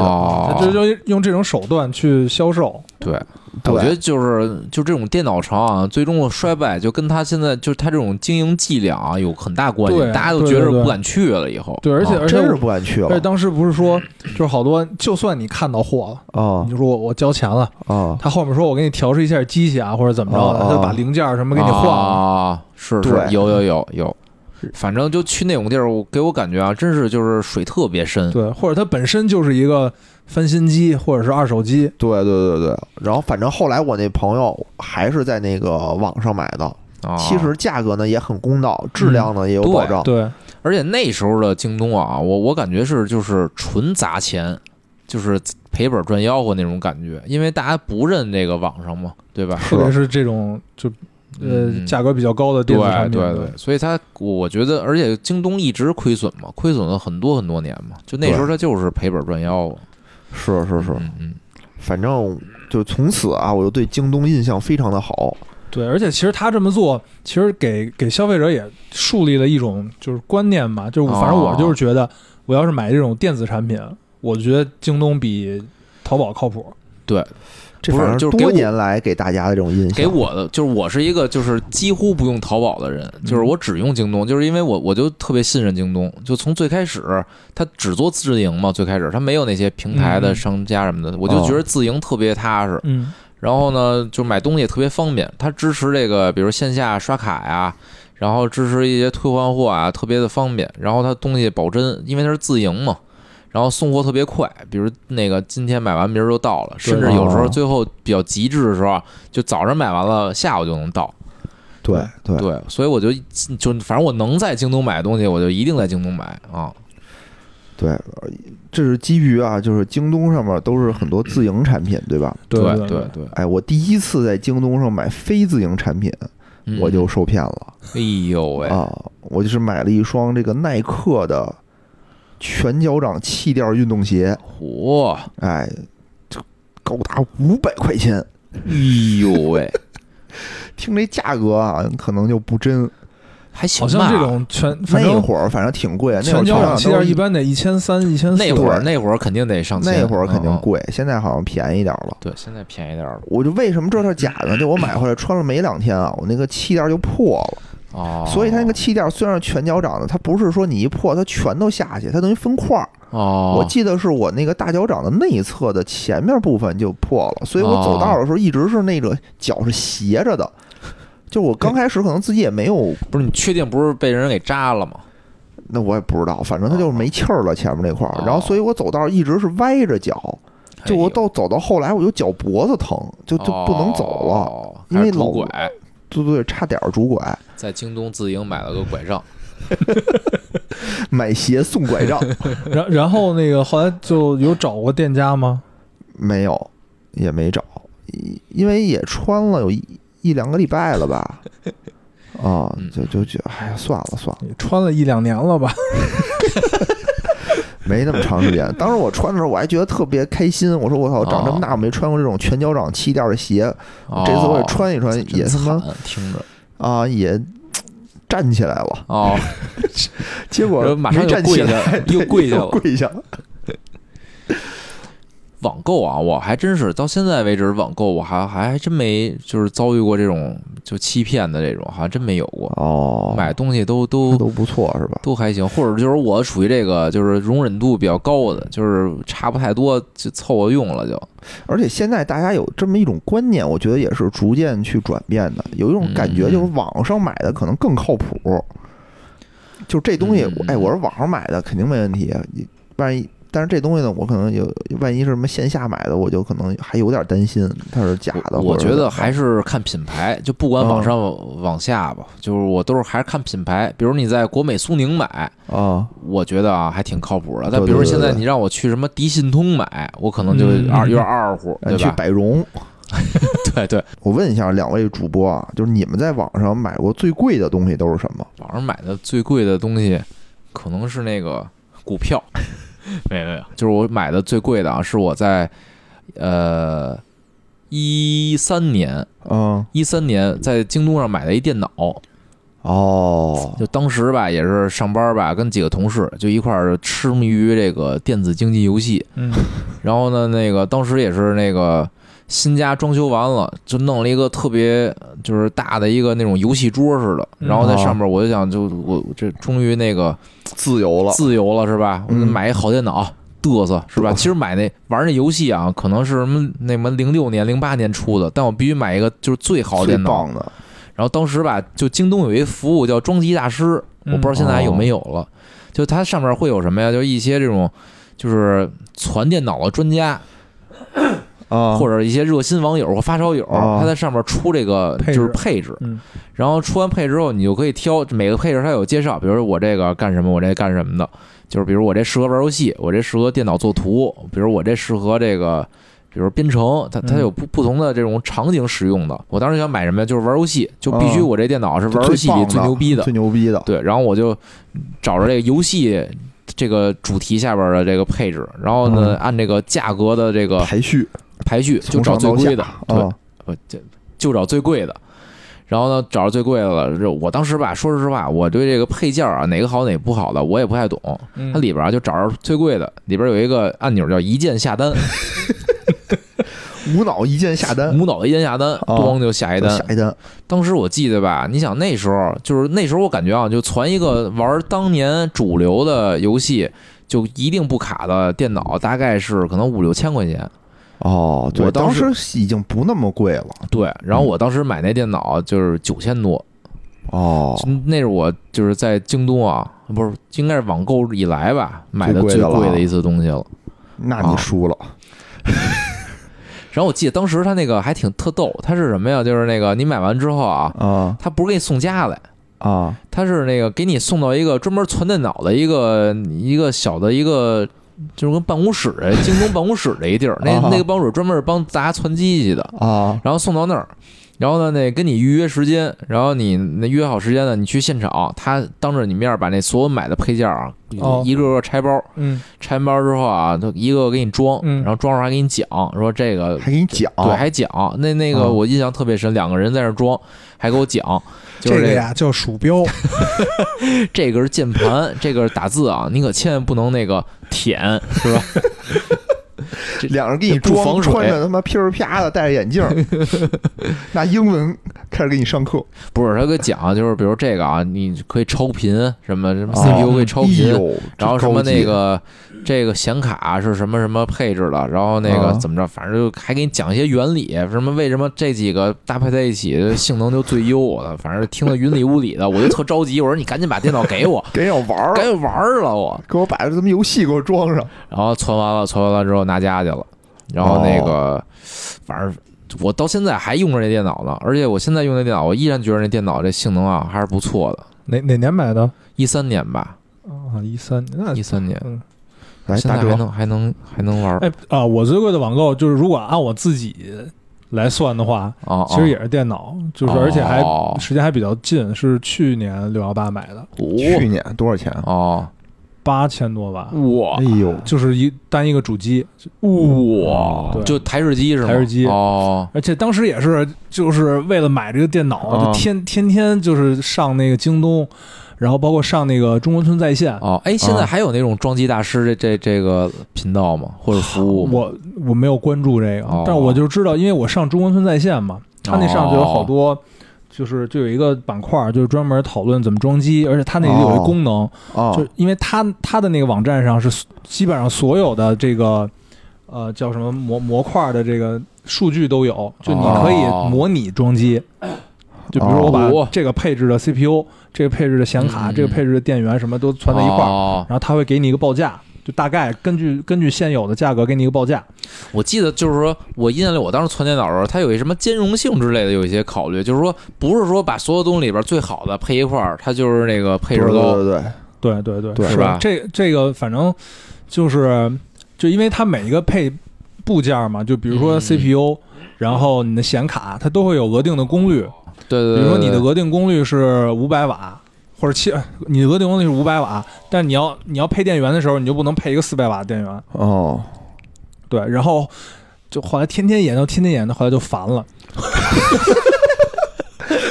啊
哦，
这就用这种手段去销售，
对，
对
我觉得就是就这种电脑城啊，最终的衰败就跟他现在就是他这种经营伎俩啊有很大关系
对，
大家都
对
觉得
对对
不敢去了以后。
对而且
啊
而且
真是
我
不敢去
而且
了
当时不是说，就是好多，就算你看到货了，
啊
你就说我我交钱了，
啊！
他后面说我给你调试一下机器啊，或者怎么着的，
哦哦
他就把零件什么给你换了，
啊，是是
对
有有有有，反正就去那种地儿，我给我感觉啊，真是就是水特别深。
对，或者它本身就是一个翻新机或者是二手机，
对对对对，然后反正后来我那朋友还是在那个网上买的，
啊，
其实价格呢也很公道，质量呢也有
对
保障。
对，
而且那时候的京东啊，我我感觉是就是纯砸钱，就是赔本赚吆喝那种感觉，因为大家不认这个网上嘛，对吧？
特别是这种就呃
嗯
价格比较高的
对
电子产品，
对对，所以他我觉得，而且京东一直亏损嘛，亏损了很多很多年嘛，就那时候他就是赔本赚吆喝。
是是是，
嗯嗯，
反正就从此啊，我就对京东印象非常的好。
对，而且其实他这么做，其实给给消费者也树立了一种就是观念吧，就是我反正我就是觉得，我要是买这种电子产品，我觉得京东比淘宝靠谱。
对，
这
不是
反正
就是给
多
我
年来给大家的这种印象，
给我的就是我是一个就是几乎不用淘宝的人，
嗯
就是我只用京东，就是因为我我就特别信任京东，就从最开始他只做自营嘛，最开始他没有那些平台的
嗯
商家什么的，我就
哦
觉得自营特别踏实。
嗯，
然后呢，就买东西也特别方便，它支持这个，比如线下刷卡呀，然后支持一些退换货啊，特别的方便。然后它东西保真，因为它是自营嘛，然后送货特别快，比如那个今天买完明儿就到了，甚至有时候最后比较极致的时候啊，就早上买完了，下午就能到。
对对，
对，所以我就就反正我能在京东买的东西，我就一定在京东买啊。
对，呃这是基于啊，就是京东上面都是很多自营产品，对吧？
对
对
对
对对，
哎，我第一次在京东上买非自营产品，
嗯
我就受骗了
哎呦喂，
啊！我就是买了一双这个耐克的全脚掌气垫运动鞋，
嚯！
哎，就高达五百块钱。
哎呦喂，
听这价格啊，可能就不真。
还行
好
吧。
像这种全反
那
正
会儿反正挺贵，那会
全
儿
胶
脚
氧气垫一般得一千三、一千四。
那会儿那会儿肯定得上千，
那会儿肯定
嗯。
贵，现在好像便宜点儿了。
对，现在便宜点儿了。
我就为什么这是假的？就我买回来穿了没两天啊，我那个气垫就破了。
哦，
所以它那个气垫虽然是全脚掌的，它不是说你一破它全都下去，它等于分块儿。
哦，
我记得是我那个大脚掌的内侧的前面部分就破了，所以我走
哦
道的时候一直是那个脚是斜着的。就我刚开始可能自己也没有，
不是你确定不是被人给扎了吗？
那我也不知道，反正它就是没气儿了前面那块儿
哦，哎
然后所以我走道一直是歪着脚，就我到走到后来我就脚脖子疼，就就
哦
不能走了，
了
因为老
拐
对对，差点儿拄拐，
在京东自营买了个拐杖，
买鞋送拐 杖，
然然后那个后来就有找过店家吗？
没有，也没找，因因为也穿了有一一两个礼拜了 吧，啊
嗯，
就就觉得哎呀，算了算了，
也穿了一两年了吧？
没那么长时间。当时我穿的时候，我还觉得特别开心。我说我操，长这么大我没穿过这种全脚掌气垫的鞋，
哦
这次我也穿一穿，也他妈
真惨 听着
啊也嘖站起来了。
哦，
结果
马上
没
又
站起
跪下
来，
了，又跪 下
又
了。
跪下了。
网购啊，我还真是到现在为止，网购我还还还真没就是遭遇过这种就欺骗的这种，好像真没有过。
哦，
买东西都都
都不错是吧？
都还行，或者就是我属于这个就是容忍度比较高的，就是差不太多就凑合用了就。
而且现在大家有这么一种观念，我觉得也是逐渐去转变的。有一种感觉
嗯
就是网上买的可能更靠谱，就这东西，
嗯
哎，我是网上买的肯定没问题。你万一，但是这东西呢，我可能有，万一是什么线下买的，我就可能还有点担心它是假的。
我
或者
觉得还是看品牌，就不管
嗯
往上往下吧，就是我都是还是看品牌。比如你在国美苏宁买，
啊，
我觉得啊还挺靠谱的。
对
但
对
比如
对
现在
对
你让我去什么迪信通买，我可能就
嗯
二有点二乎，对
呃去
吧？
百荣，
对对，
我问一下两位主播啊，就是你们在网上买过最贵的东西都是什么？
网上买的最贵的东西可能是那个股票， 没有没有，就是我买的最贵的啊，是我在呃一三年
嗯，
一三年在京东上买的一电脑，
哦，
就当时吧也是上班吧，跟几个同事就一块儿痴迷于这个电子竞技游戏，
嗯，
然后呢，那个当时也是那个新家装修完了，就弄了一个特别就是大的一个那种游戏桌似的，
嗯
然后在上面我就想就我这终于那个
自由了，
自由了是吧？我
嗯
就买一好电脑。嘚瑟是吧？
嘚瑟
其实买那玩那游戏啊，可能是什么那什么零六年、零八年出的，但我必须买一个就是最好的
最
电脑。
棒的，
然后当时吧，就京东有一服务叫装机大师，我
嗯
不知道现在还有没有了。就它上面会有什么呀？就一些这种就是攒电脑的专家，
啊，
或者一些热心网友或发烧友，
啊
他在上面出这个
配置
就是配置，
嗯
然后出完配置之后，你就可以挑每个配置，它有介绍，比如说我这个干什么，我这干什么的，就是比如我这适合玩游戏，我这适合电脑做图，比如我这适合这个。比如编程，它它
嗯
有不不同的这种场景使用的。我当时想买什么呀？就是玩游戏，就必须
啊
我这电脑是
就
玩游戏里最牛逼的。
最牛逼的，
对，然后我就找着这个游戏这个主题下边的这个配置，然后呢
嗯
按这个价格的这个
排序
排序，就
从上
找最
到下
贵的。对，
啊，
我就就找最贵的。然后呢，找着最贵的了。这我当时吧，说实话，我对这个配件啊，哪个好哪个不好的，我也不太懂。
嗯
它里边啊，就找着最贵的，里边有一个按钮叫一键下单，
无脑一键下单，
无脑的一键下单，咣就下一单。
嗯哦下一单，
当时我记得吧，你想那时候就是那时候，我感觉啊，就传一个玩当年主流的游戏，就一定不卡的电脑，大概是可能五六千块钱。
哦，对，
我当
当
时
时已经不那么贵了，
对，
嗯
然后我当时买那电脑就是九千多，
哦，
那是我就是在京东啊，不是应该是网购以来吧买的
最贵
最
的了啊
贵的一次东西了。
那
哦
你输了，
然后我记得当时他那个还挺特逗，他是什么呀？就是那个你买完之后啊，
啊
他不是给你送家来，
啊，
他是那个给你送到一个专门存电脑的一个一个小的一个。就是跟办公室，京东办公室的一地儿，那
啊
那个办公室专门是帮大家存机器的，
啊，
然后送到那儿，然后呢，那跟你预约时间，然后你那约好时间呢，你去现场，他当着你面把那所有买的配件啊，
哦
一个个拆包，
嗯
拆完包之后啊，就一个个给你装，
嗯哦
然后装上还给你讲，说这个
还给你讲，
对，还讲那那个
哦
我印象特别深，两个人在那装，还给我讲，就
这
是
个
这
呀叫鼠 标，
这个是键盘，这个是打字啊，你可千万不能那个舔，是吧？
两人给你
不防
装，
水
穿着他妈噼儿啪的，戴着眼镜 儿，那英文开始给你上课，
不是，他给我讲就是比如这个啊，你可以超频什么什么
哦
CPU 可以超
哎
频，
呦
然后什么
真高级啊
那个这个显卡是什么什么配置的，然后那个
啊
怎么着，反正就还给你讲一些原理，什么为什么这几个搭配在一起性能就最优，我的反正听得云里雾里的，我就特着急，我说你赶紧把电脑给我，
给人玩儿
赶
了，
紧玩儿了我，
给我把这他妈游戏给我装上，
然后存完了，存完了之后拿家去了，然后那
哦
个反正。我到现在还用着那电脑呢，而且我现在用那电脑，我依然觉得那电脑这性能啊还是不错的。
哪哪年买的？
一三年吧，
啊，一三年那
一三年，
嗯，
来
现在
打
还
折，
能还能还能玩儿
哎啊，我最贵的网购就是如果按我自己来算的话，
啊！
其实也是电脑，就是而且还
哦
时间还比较近，是去年六幺八买的，
五
去年多少钱啊？
哦，
八千多瓦，
哇
哎呦，
就是一单一个主机，
哇
对
就台式机是吗？
台式机
哦，
而且当时也是就是为了买这个电脑，
啊
就天天天就是上那个京东，然后包括上那个中关村在线。
哦，哎，现在还有那种装机大师这这这个频道吗？或者服务吗？
我我没有关注这个，
哦
但我就知道，因为我上中关村在线嘛，他那上就有好多，就是就有一个板块儿，就是专门讨论怎么装机，而且他那里有一
哦
功能，
啊
就因为他他的那个网站上是基本上所有的这个呃叫什么模模块的这个数据都有，就你可
哦
以模拟装机。就比如说我
哦
把这个配置的 CPU、这个配置的显卡、
嗯
这个配置的电源什么都攒在一块儿，
哦
然后他会给你一个报价，就大概根据根据现有的价格给你一个报价。
我记得就是说，我印象里我当时存电脑的时候，它有一什么兼容性之类的，有一些考虑，就是说不是说把所有东西里边最好的配一块儿，它就是那个配置
对
高
对对对，
对对对，
对
是吧
这这个反正就是就因为它每一个配部件嘛，就比如说
嗯
CPU，、然后你的显卡，它都会有额定的功率。
对对对，
比如说你的
对
额定功率是五百瓦，或者七， 你的额定功率是五百瓦，但你要你要配电源的时候，你就不能配一个四百瓦的电源。
哦，
对，然后就后来天天演奏，天天演奏，后来就烦了。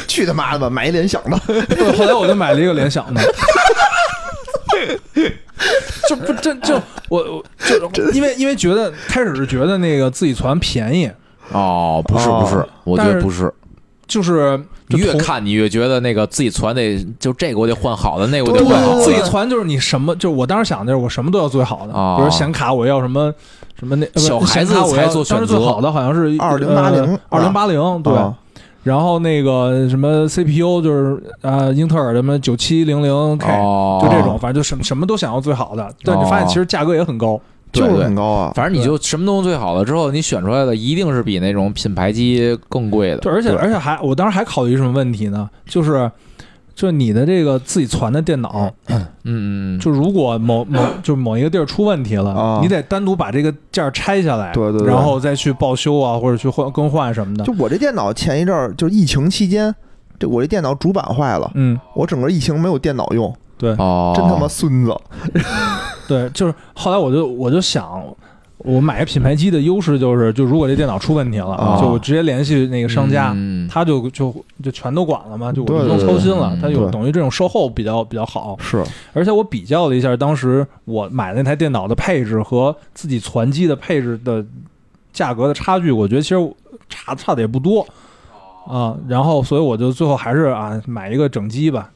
去他妈的吧，买一联想的，
对， 后来我就买了一个联想的。就不这就我我就因为因为觉得开始是觉得那个自己攒便宜，
哦，不是
哦
不是，我觉
但
得
是
不是，
就是
你
就
越
同
看你越觉得那个自己传得就这个我得换好的，那个我得
对
换好的，
自己攒就是你什么，就是我当时想的就是我什么都要最好的，
哦
比如显卡我要什么什么那呃不
小孩子
显卡我要
才做选择
当时最好的好像是呃
2080
二零八零对，
啊
然后那个什么 CPU 就是呃英特尔的什么九七零零 K
哦，
就这种，反正就什么什么都想要最好的，但你发现其实价格也很高，
对
就是
对
很高啊，
反正你就什么东西最好了之后，你选出来的一定是比那种品牌机更贵的。
对，而且
对
而且还我当时还考虑什么问题呢？就是。就是你的这个自己攒的电脑，
嗯，嗯嗯，
就如果某某就某一个地儿出问题了，
啊
你得单独把这个件儿拆下来，
对对对
然后再去报修啊，或者去换更换什么的
就。我这电脑前一阵儿就是疫情期间，这我这电脑主板坏了，
嗯，
我整个疫情没有电脑用，
对
哦，
真他妈孙子。
对，就是后来我就我就想，我买个品牌机的优势就是，就如果这电脑出问题了，
啊
就我直接联系那个商家，
嗯
他就就就全都管了嘛，就我
对
就不用
对
操
对
心了。他有
对
等于这种售后比较比较好，
是，
而且我比较了一下当时我买那台电脑的配置和自己攒机的配置的价格的差距，我觉得其实差差的也不多
哦
啊、然后所以我就最后还是啊买一个整机吧，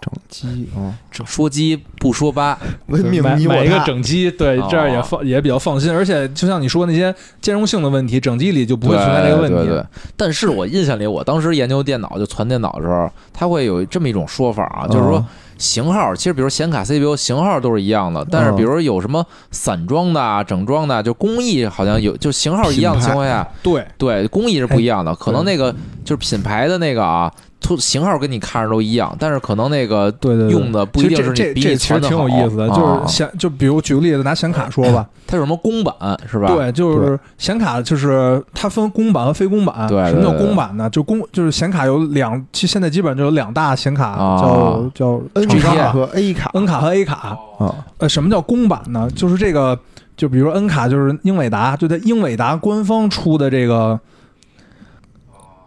整机啊，
说鸡不说八，
文明
买
你
买
我
一个
他，
整机，对
哦，
这样也放也比较放心。而且就像你说那些兼容性的问题，整机里就不会存在这个问题。
对对对。但是我印象里，我当时研究电脑就传电脑的时候，它会有这么一种说法啊，就是说
嗯
型号，其实比如显卡、CPU 型号都是一样的，但是
嗯
比如有什么散装的、啊、整装的啊，就工艺好像有，就型号一样的情况下，
对
对工艺是不一样
哎
的，可能那个就是品牌的那个啊，图型号跟你看着都一样，但是可能那个
对对对
用的不一
呃其实
定是
这
你比
这这
你
其实
传的
挺有意思的，
好
就是
啊
显就比如举个例子，拿显卡说吧，
它有什么公版是吧？
对，就是显卡，就是它分公版和非公版。
对对
什么叫
对对
公版呢？就公就是显卡有两，其实现在基本上就有两大显卡，
啊
叫叫
嗯 N
厂
卡
商卡
和 A 卡
N 卡和 A
哦
卡。
啊，
呃，什么叫公版呢？就是这个，就比如说 N 卡就是英伟达，就在英伟达官方出的这个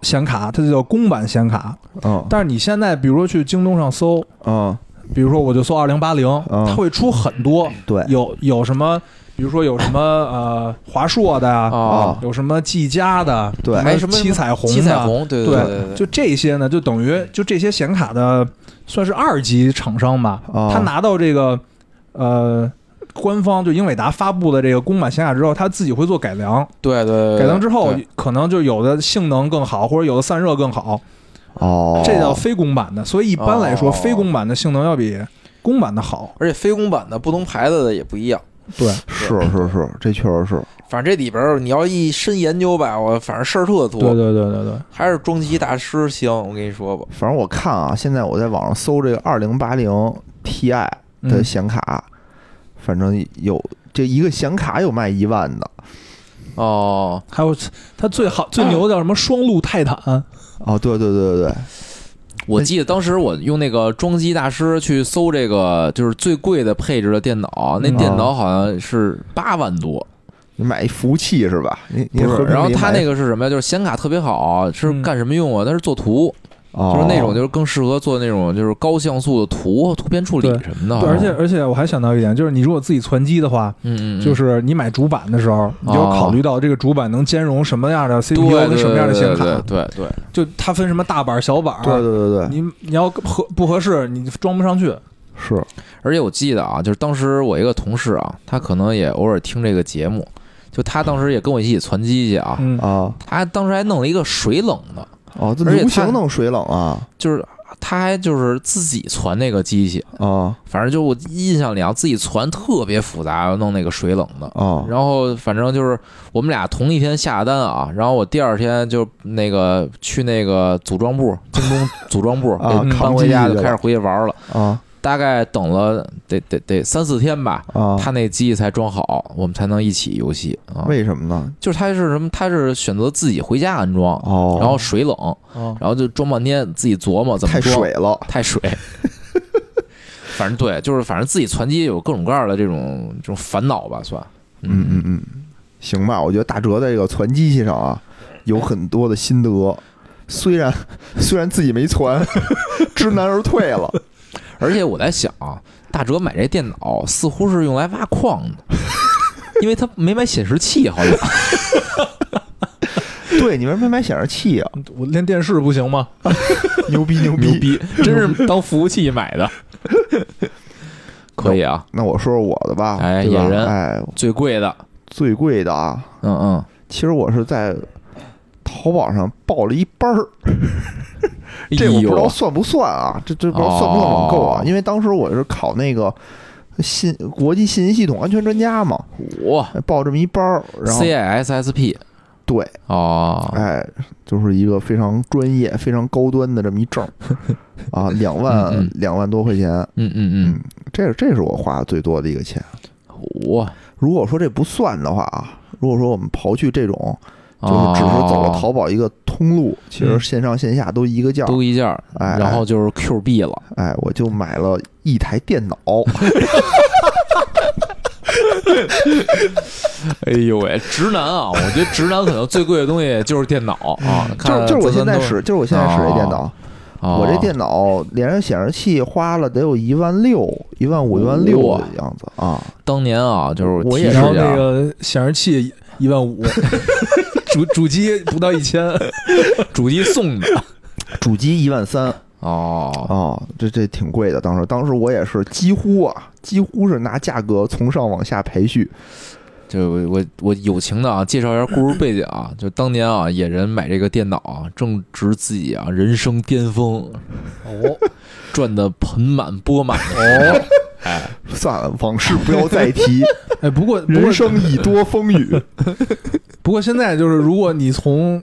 显卡，它就叫公版显卡。
嗯
但是你现在比如说去京东上搜，
嗯，
比如说我就搜二零八零，
嗯
它会出很多，
对
有有什么，比如说有什么呃华硕的呀，
哦
有什么技嘉的，
对
还有什么
七彩虹的，
七彩虹，对对对对，
就这些呢，就等于就这些显卡的算是二级厂商吧，
哦
他拿到这个呃官方就英伟达发布的这个公版显卡之后，他自己会做改良，
对对对，对
改良之后
对
可能就有的性能更好，或者有的散热更好，
哦，
这叫非公版的。所以一般来说，
哦
非公版的性能要比公版的好。
而且非公版的不同牌子的也不一样。
对，
是是是，这确实是，
反正这里边儿你要一深研究吧，我反正事儿特多，
对对对对对，
还是装机大师香。我跟你说吧，
反正我看啊，现在我在网上搜这个二零八零 Ti 的
嗯
显卡，反正有这一个显卡有卖一万的，
哦，
还有它最好最牛的叫什么双路泰坦，
哦哦，对对对对对，
我记得当时我用那个装机大师去搜这个，就是最贵的配置的电脑，那
嗯
电脑好像是八万多，
你买一服务器是吧？你你
不是
何？必
然后
买
它那个是什么呀？就是显卡特别好，是
嗯
干什么用啊？它是做图，
哦
就是那种就是更适合做那种就是高像素的图、图片处理
对
什么的。
对，而且而且我还想到一点，就是你如果自己存机的话，
嗯，嗯嗯，哦
就是你买主板的时候，你就要考虑到这个主板能兼容什么样的
对
CPU 跟
对
什么样的显
对
卡，
对对，
就它分什么大板小板。
哦对对对对，
你你要合不合适，你装不上
啊
去。
是
而且我记得啊，就是当时我一个同事啊，他可能也偶尔听这个节目，就他当时也跟我一起攒机去啊，
嗯，
啊
他当时还弄了一个水冷的，
哦，这
而且
流
它
行弄水冷啊
就是他还就是自己攒那个机器，
啊
反正就我印象里啊，自己攒特别复杂，弄那个水冷的。
啊
然后反正就是我们俩同一天下单啊，然后我第二天就那个去那个组装部，京 东组装部
啊
给搬
扛
回
机
家，
去
就开始
了
回去玩了。
啊
大概等了得得得三四天吧，
啊！
他那机器才装好，我们才能一起游戏啊。
哦为什么呢？
就是他是什么？他是选择自己回家安装，
哦，
然后水冷，
哦，
然后就装半天，自己琢磨怎么
太
装，
水了，
太水。 反正对，就是反正自己攒机有各种各样的这种这种烦恼吧，算。
嗯嗯嗯，行吧，我觉得大哲在这个攒机器上啊，有很多的心得。虽然虽然自己没攒， 知难而退了。
而且我在想，啊大哲买这电脑似乎是用来挖矿的， 因为他没买显示器，好像。
对，你为什么没买显示器啊？
我连电视不行吗？
牛逼牛逼！
逼，真是当服务器买的。可以啊，
那我说说我的吧，
哎
对吧
野人
哎，
最贵的，
最贵的啊，
嗯嗯，
其实我是在淘宝上报了一班儿，这我
哎
不知道
呦
算不算啊？这这不知道算不算网购啊
哦？
因为当时我是考那个信国际信息系统安全专家嘛，
哇
报这么一班儿，然后
，CISSP
对，
哦，
哎，就是一个非常专业、非常高端的这么一证 儿啊，两
嗯
万
嗯
两万多块钱，
嗯嗯
这这是我花最多的一个钱。
嗯，哇，
如果说这不算的话啊，如果说我们刨去这种，就
就
只
是
是走
哦
了淘宝一个通路，其
嗯
实线上线下都一个价儿。
都一件儿，
哎
然后就是 Q 币了，
哎，我就买了一台电脑，
哎呦喂，直男啊，我觉得直男可能最贵的东西就是电脑啊，
就是
看
就是我
咱
现
们
在
都
使，，就是我现在使这电脑，
哦
我这电脑连上显示器花了得有一万六、一万五、一万六
哇
的样子啊。
当年啊，就是
我也
提
是
示
然后
一
那
下
个显示器一 万五，主主机不到一千。
主机送 的
主机一万三
哦，
啊，这这挺贵的。当时，当时我也是几乎啊，几乎是拿价格从上往下排序。
就我我我友情的啊，介绍一下故事背景啊，就当年啊，野人买这个电脑啊，正值自己啊人生巅峰，
哦，
赚的盆满钵满哦，哎，
算了，往事不要再提，
哎，不过不过
人生已多风雨。
不过现在就是，如果你从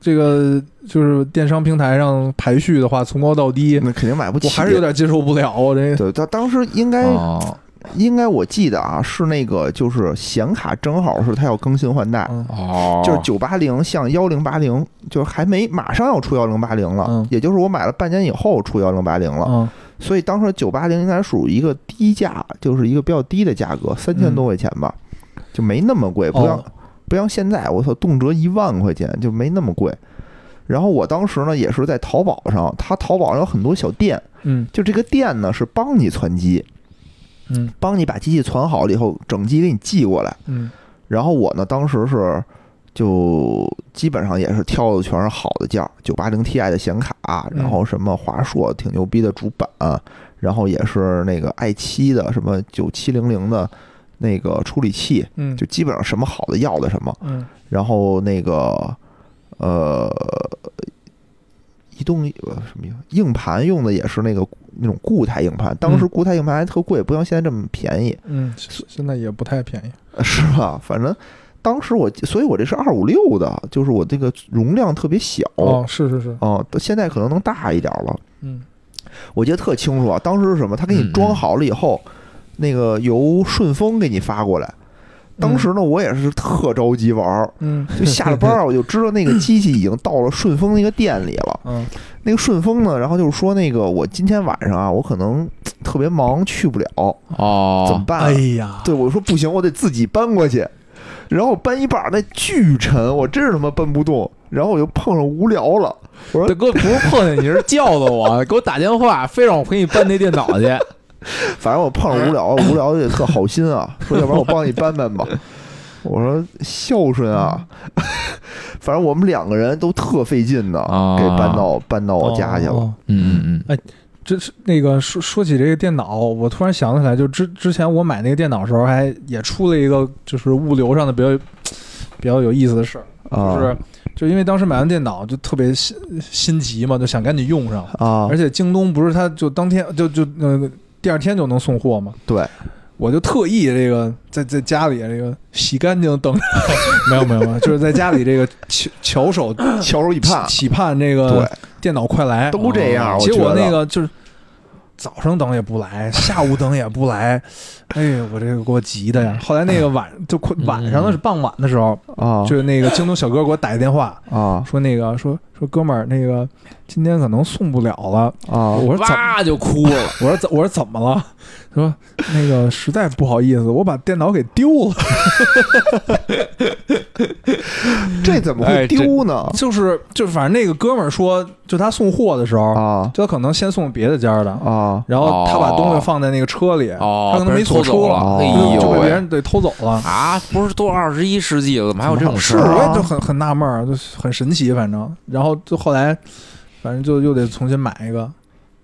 这个就是电商平台上排序的话，从高到低，
那肯定买不起。
我还是有。点接受不了。我这
对，他当时应该、
哦
应该我记得啊，是那个就是显卡正好是它要更新换代，
嗯
哦，
就是九八零向幺零八零，就是还没马上要出幺零八零了，
嗯
也就是我买了半年以后出幺零八零了，
嗯
所以当时九八零应该属于一个低价，就是一个比较低的价格，三千
嗯
多块钱吧，就没那么贵，不像、
哦
不像现在，我操，动辄一万块钱就没那么贵。然后我当时呢也是在淘宝上，它淘宝上有很多小店，
嗯
就这个店呢是帮你攒机，
嗯
帮你把机器攒好了以后，整机给你寄过来。
嗯
然后我呢，当时是就基本上也是挑的全是好的件儿，九八零 Ti 的显卡，
嗯
然后什么华硕挺牛逼的主板，然后也是那个 i 7的什么九七零零的那个处理器，
嗯，
就基本上什么好的要的什么，
嗯
然后那个呃。移动呃什么呀硬盘用的也是那个那种固态硬盘，当时
嗯
固态硬盘还特贵，不像现在这么便宜。
嗯，现现在也不太便宜。
呃 是吧？反正当时我，所以我这是二五六的，就是我这个容量特别小
哦，是是是，
哦、现在可能能大一点了。
嗯
我记得特清楚啊，当时是什么？他给你
嗯嗯
装好了以后，那个由顺丰给你发过来。当时呢，我也是特着急玩儿，
嗯
就下了班儿，我就知道那个机器已经到了顺丰那个店里了。
嗯
那个顺丰呢，然后就是说那个我今天晚上啊，我可能嘖特别忙去不了，怎么
哦，
办啊、
哎呀，
对，我说不行，我得自己搬过去。然后搬一半儿那巨沉，我真是他妈搬不动。然后我就碰上无聊了，我
大
说
哥不是碰见你是叫的我，啊给我打电话，非让我陪你搬那电脑去。
反正我碰上无聊，无聊也特好心啊，说要不然我帮你搬搬吧。我说孝顺啊，反正我们两个人都特费劲的，
啊
给搬到搬到我家去了。
哦哦
嗯嗯
这是那个说说起这个电脑，我突然想起来，就之之前我买那个电脑的时候，还也出了一个就是物流上的比较比较有意思的事儿，
啊
就是就因为当时买完电脑就特别心心急嘛，就想赶紧用上，
啊
而，且京东不是它就当天就就呃第二天就能送货嘛，
对，
我就特意这个在在家里这个洗干净等着， 没有没有没有，就是在家里这个翘 翘首
翘首以盼，
期盼这个
对，
电脑快来，啊
都这样我
结
觉
果
得
那个就是早上等也不来，下午等也不来，哎呦，我这个给我急的呀！后来那个晚就快
嗯
晚上的是傍晚的时候，
啊
就是那个京东小哥给我打一电话，
啊
说那个说说哥们儿，那个今天可能送不了了。
啊
我说怎么？
哇就哭了，
我说怎我说怎么了？他说那个实在不好意思，我把电脑给丢了。
这怎么
哎
会丢呢？
就是就是，反正那个哥们儿说，就他送货的时候，
啊
就他可能先送别的家的，
啊
然后他把东西放在那个车里，
哦，
他可能没锁
被人偷走
车，
了，
哦
哎
就
呦
就被别
喂
人给偷走了。
啊，不是都二十一世纪了，怎么还有这种事
是
儿
啊
我也就很很纳闷儿，就很神奇，反正，然后就后来，反正就又得重新买一个，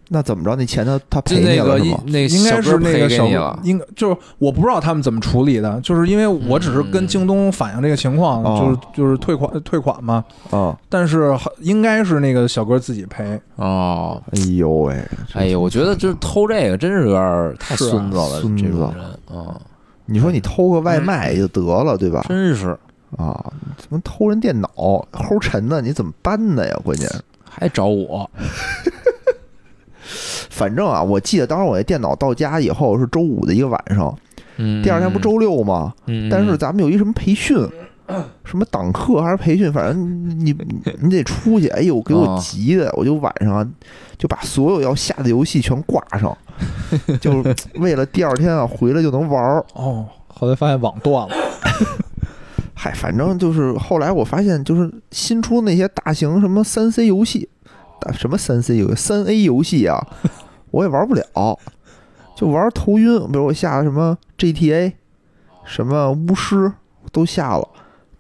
那怎么着？那钱他他
就
赔
那
你了
个
是吗？
那
应该
小
是
哥
那
赔
个
给
小
你了，
应该就是我不知道他们怎么处理的，就是因为我只是跟
嗯
京东反映这个情况，
哦
就是就是退款退款嘛，
啊，
但是好应该是那个小哥自己赔，
哦，
哎呦喂，
哎呦，我觉得就是偷这个真是有点儿太
是啊
孙子了，
孙
这种
子
人啊，
你说你偷个外卖也就得了，对吧？
真嗯是
啊，怎么偷人电脑齁沉的？你怎么搬的呀？关键是，
还找我，
反正啊，我记得当时我那电脑到家以后是周五的一个晚上，
嗯，
第二天不周六吗？
嗯，
但是咱们有一什么培训，什么党课还是培训，反正 你你你得出去。哎呦，给我
啊
急的，我就晚上啊就把所有要下的游戏全挂 上，就是为了第二天啊回来就能玩儿。
哦，后来发现网断了，
嗨，反正就是后来我发现，就是新出那些大型什么三 C 游戏，大什么三 C 游戏、三 A 游戏啊，我也玩不了，就玩头晕。比如我下什么 GTA，什么巫师都下了，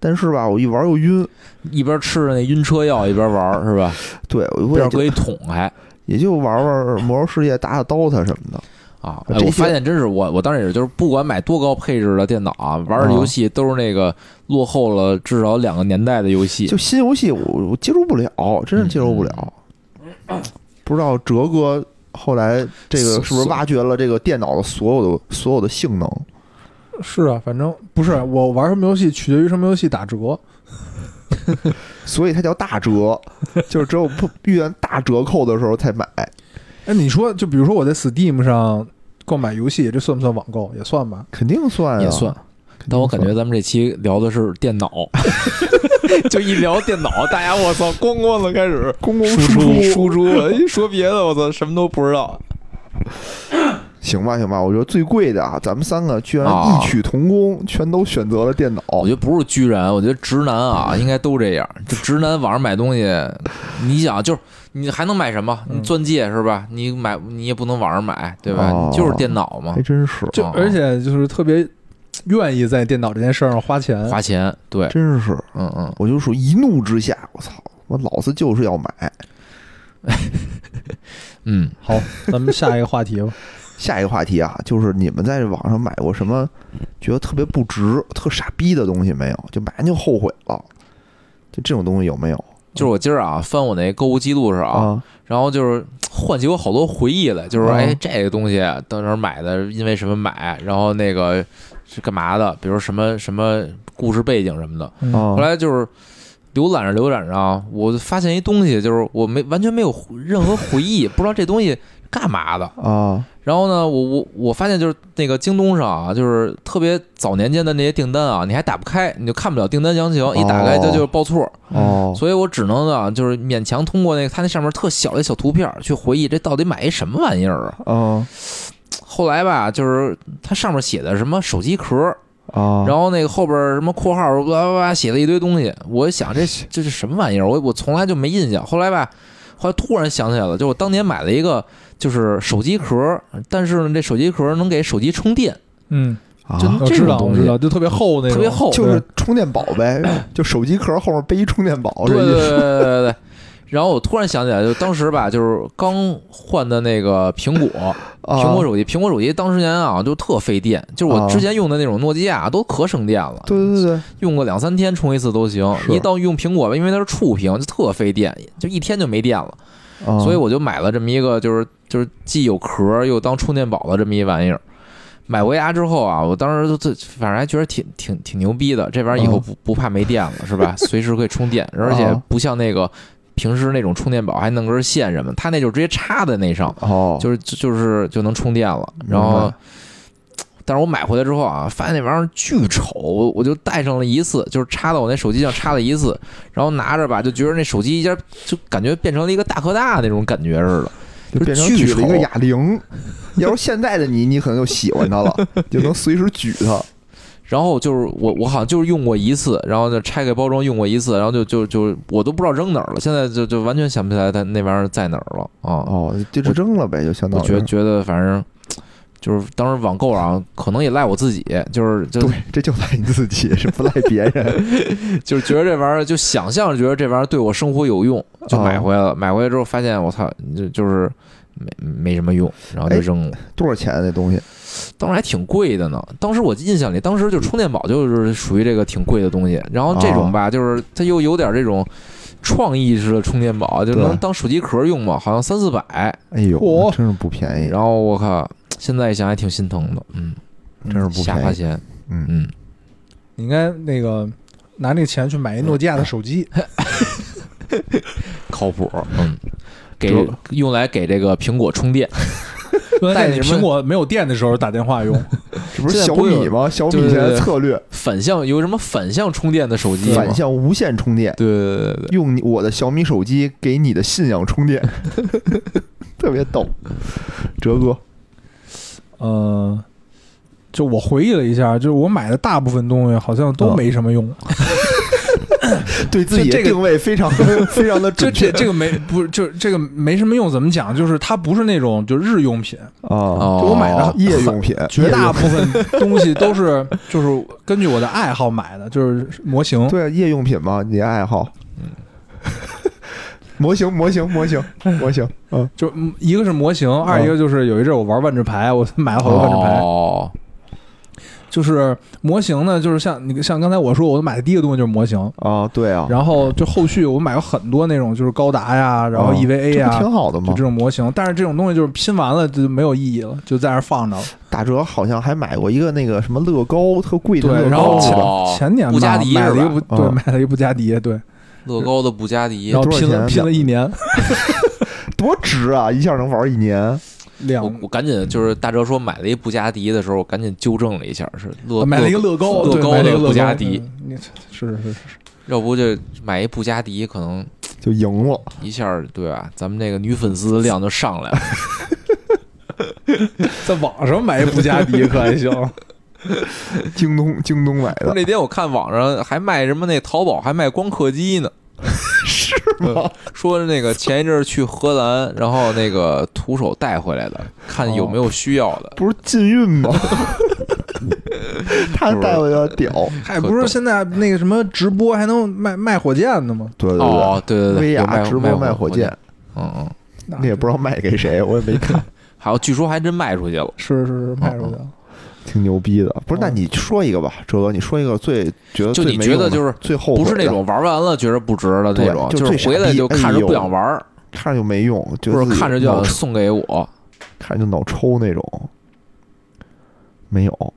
但是吧，我一玩又晕。
一边吃着那晕车药一边玩儿是吧？
对，我
边
也
儿
就
搁一桶还
也就玩玩魔兽世界、打打 DOTA 什么的。
啊！
这
哎，我
些
发现真是我，我当时也是就是不管买多高配置的电脑啊，玩儿的
啊
游戏都是那个落后了至少两个年代的游戏
就新游戏我，我接受不了，真是接受不了。
嗯
不知道哲哥后来这个是不是挖掘了这个电脑的所有的所有的性能？
是啊，反正不是我玩什么游戏取决于什么游戏打折，
所以它叫大 折，就是只有不遇见大折扣的时候才买。
哎，你说，就比如说我在 Steam 上购买游戏，这算不算网购？也算吧。
肯定算啊呀、
也算。
肯定算。
但我感觉咱们这期聊的是电 脑，就一聊电脑，大家我操，咣咣的开始
公共
输
输
出
出
输出了，一说别的我操什么都不知道。
行吧，行吧，我觉得最贵的啊，咱们三个居然
啊哎
异曲同工，全都选择了电脑。
哦我觉得不是居然，我觉得直男啊，应该都这样。就直男网上买东西，你想就是你还能买什么？
嗯
你钻戒是吧？你买你也不能网上买，对吧？
哦
你就是电脑嘛
还，真是，
就
哦
而且就是特别愿意在电脑这件事儿上花钱。
花钱。对，
真是，
嗯嗯，
我就属于一怒之下，我操，我老子就是要买。
嗯，
好，咱们下一个话题吧。
下一个话题啊，就是你们在网上买过什么觉得特别不值、特傻逼的东西没有？就买完就后悔了，就这种东西有没有
就是我今儿啊翻我那购物记录上啊，
啊？
然后就是唤起我好多回忆来，就是说，
啊
哎，这个东西当时买的，因为什么买，然后那个是干嘛的，比如什么什么故事背景什么的。后
啊
来就是浏览着浏览着啊，我就发现一东西，就是我没完全没有回任何回忆，不知道这东西干嘛的？
啊
然后呢，我我我发现就是那个京东上啊，就是特别早年间的那些订单啊，你还打不开，你就看不了订单详情，一打开
哦
它就是报错，
哦，
所以我只能呢，就是勉强通过那个它那上面特小的小图片儿去回忆这到底买一什么玩意儿啊。
啊
后来吧，就是它上面写的什么手机壳，
啊，
然后那个后边儿什么括号儿叭叭叭写了一堆东西，我 想这这是什么玩意儿？我我从来就没印象。后来吧，后来突然想起来了，就我当年买了一个就是手机壳儿，但是呢这手机壳儿能给手机充电，
嗯，
啊
就
我
这
知
种
道，
东
我
西
知道，就特别厚那种，
特别厚，
就是充电宝 呗，就手机壳后面背一充电宝，
对对
哦这
对
意思
对对对对。然后我突然想起来，就当时吧，就是刚换的那个苹果，
啊
苹果手机，苹果手机当时年啊就特费电，就是我
啊
之前用的那种诺基亚都可省电了，
对对对，
用个两三天充一次都行。
是
一到用苹果吧，因为它是触屏，就特费电，就一天就没电了。
啊
所以我就买了这么一个，就是就是既有壳儿又当充电宝的这么一玩意儿。买回家之后啊，我当时就就反正还觉得挺挺挺牛逼的，这玩意儿以后
嗯
不不怕没电了是 吧？随时可以充电，而且
啊
不像那个平时那种充电宝还弄根线什么，它那就直接插在那上，
哦，
就是就就是就能充电了。然
明
后
白，
但是我买回来之后啊，发现那玩意儿巨丑，我就戴上了一次，就是插到我那手机上插了一次，然后拿着吧，就觉得那手机一下就感觉变成了一个大哥大那种感觉似的。
就
就
变成
巨
举了一个
丑
哑铃。要是现在的你，你可能就喜欢它了，就能随时举它。
然后就是我，我好像就是用过一次，然后就拆开包装用过一次，然后就就就我都不知道扔哪儿了，现在就就完全想不起来它那玩意儿在哪儿了啊！
哦，就就扔了呗，就相当
我
于。
觉觉得反正就是当时网购上可能也赖我自己，就是就
对，这就赖你自 己，是不赖别人。
就是觉得这玩意儿就想象着觉得这玩意儿对我生活有用，就买回来
哦
了。买回来之后发现我操，就就是没没什么用，然后就
哎
扔了。
多少钱啊那东西？
当时还挺贵的呢。当时我印象里，当时就充电宝就是属于这个挺贵的东西。然后这种
哦
吧，就是它又有点这种创意式的充电宝，就能
对
当手机壳用嘛，好像三四百。
哎呦，
嚯
真是不便宜，
然后我靠，现在一想还挺心疼的，嗯，
真是不
瞎花
便宜。
钱，
嗯，
嗯，
你应该那个拿那个钱去买一诺基亚的手 机，
靠谱，嗯。给
主
用来给这个苹果充电，
在
带
你
什么
苹果没有电的时候打电话用，
这不是
现在
小
不是有
米吗？小米
对对
现在
对
策略
反向有什么反向充电的手机吗？
反向无线充电，
对对对对对，
用你我的小米手机给你的信仰充电， 特别逗。哲哥，
呃，就我回忆了一下，就是我买的大部分东西好像都没什么用，
对自己
这
的
个
定位 非常非常的准
就 这
确
这个没不是就这个没什么用，怎么讲？就是它不是那种就日用品，
啊，
哦，
就我买的
夜用品，
绝大部分东西都是 就是根据我的爱好买的，就是模型。
对啊，夜用品嘛，你的爱好。 模型，模型，模型，模型，嗯，
就嗯一个是模型，二一个就是有一阵儿我玩万智牌，我买了好多万智牌。
哦，
就是模型呢，就是像你像刚才我说，我买的第一个东西就是模型，
啊，对啊，
然后就后续我买过很多那种就是高达呀，然后 E
啊
EVA
这
呀
不，挺好的
就
吗
这？种模型。但是这种东西就是拼完了就没有意义了，就在那儿放着了。
大哲好像还买过一个那个什么乐高，特贵的
对，
乐
然
高
后
起来，
哦
前前年吧
布加迪
买了一个
是
布，
吧
对，
嗯
买了一个布加迪，对，
乐高的布加迪
然，后
多少
拼了
钱啊
拼了一 年，
多值啊！一下能玩一年，
两
我我赶紧就是大哲说买了一布加迪的时候，我赶紧纠正了一下，是乐
哦啊买了一个
乐
乐高，
乐
对
高
买了一个
的
乐
布加
高
迪，
嗯你是是是是，
要不就买一布加迪，可能
就赢了。
一下对吧？咱们这个女粉丝的量就上 来了。
在网上买一布加 迪可还行？
京东京东买
不 是
的，
那天我看网上还卖什么那淘宝还卖光刻机 呢，是吗？说那个前一阵儿去荷兰，然后那个徒手带回来的，看有没有需要的。
不是禁运 吗？他带回来屌，
还不是现在那个什么直播还能卖卖火箭的吗？
对对
哦
对，，
对对对，
薇
有
娅
卖
直播卖
火
火箭，，
嗯嗯，
那
那也不知道卖给谁，我也没看，
还有据说还真卖出去了。
是是是
哦
卖出去了。
挺牛逼的。不是，
哦
那你说一个吧，哲哥，你说一个最觉得
就
最
你
没
觉
用
得
的
就是
最后
不是
悔
那
的
种玩完了觉得不值的那种，
对
就
就是
回来就看着不想玩儿，
看着就没用，哎就
或者
自己嗯
看着就
脑
想
抽
送给我。
看着就脑抽那种，没有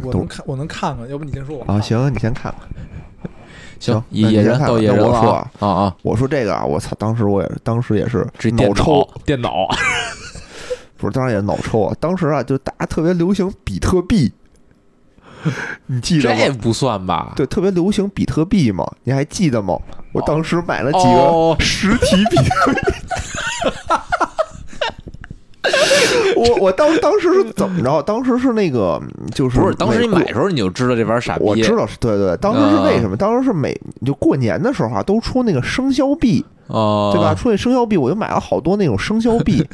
我能看，我能看看，要不你先说我
啊？，行，你先看吧。行那
野
你
野
先
人
看
到
吧
野
那
人
我
了
说
啊啊啊！
我说这个啊，我操！当时我也是，当时也是
这
脑
电
抽
脑，电脑，
不是，当然也脑抽啊。当时啊，就大家特别流行比特币， 你记得
这
吗？
不算吧？
对，特别流行比特币嘛，你还记得吗？我
哦
当时买了几
哦
个实体比特币。 我我当当时是怎么着？当时是那个，就是
不是，当时你
美国
买的时候你啊就知道这玩意儿傻逼，
我知道是对对，当时是为什么？当时是每就过年的时候啊，都出那个生肖币，
哦，
对吧？？出那生肖币，我就买了好多那种生肖 币。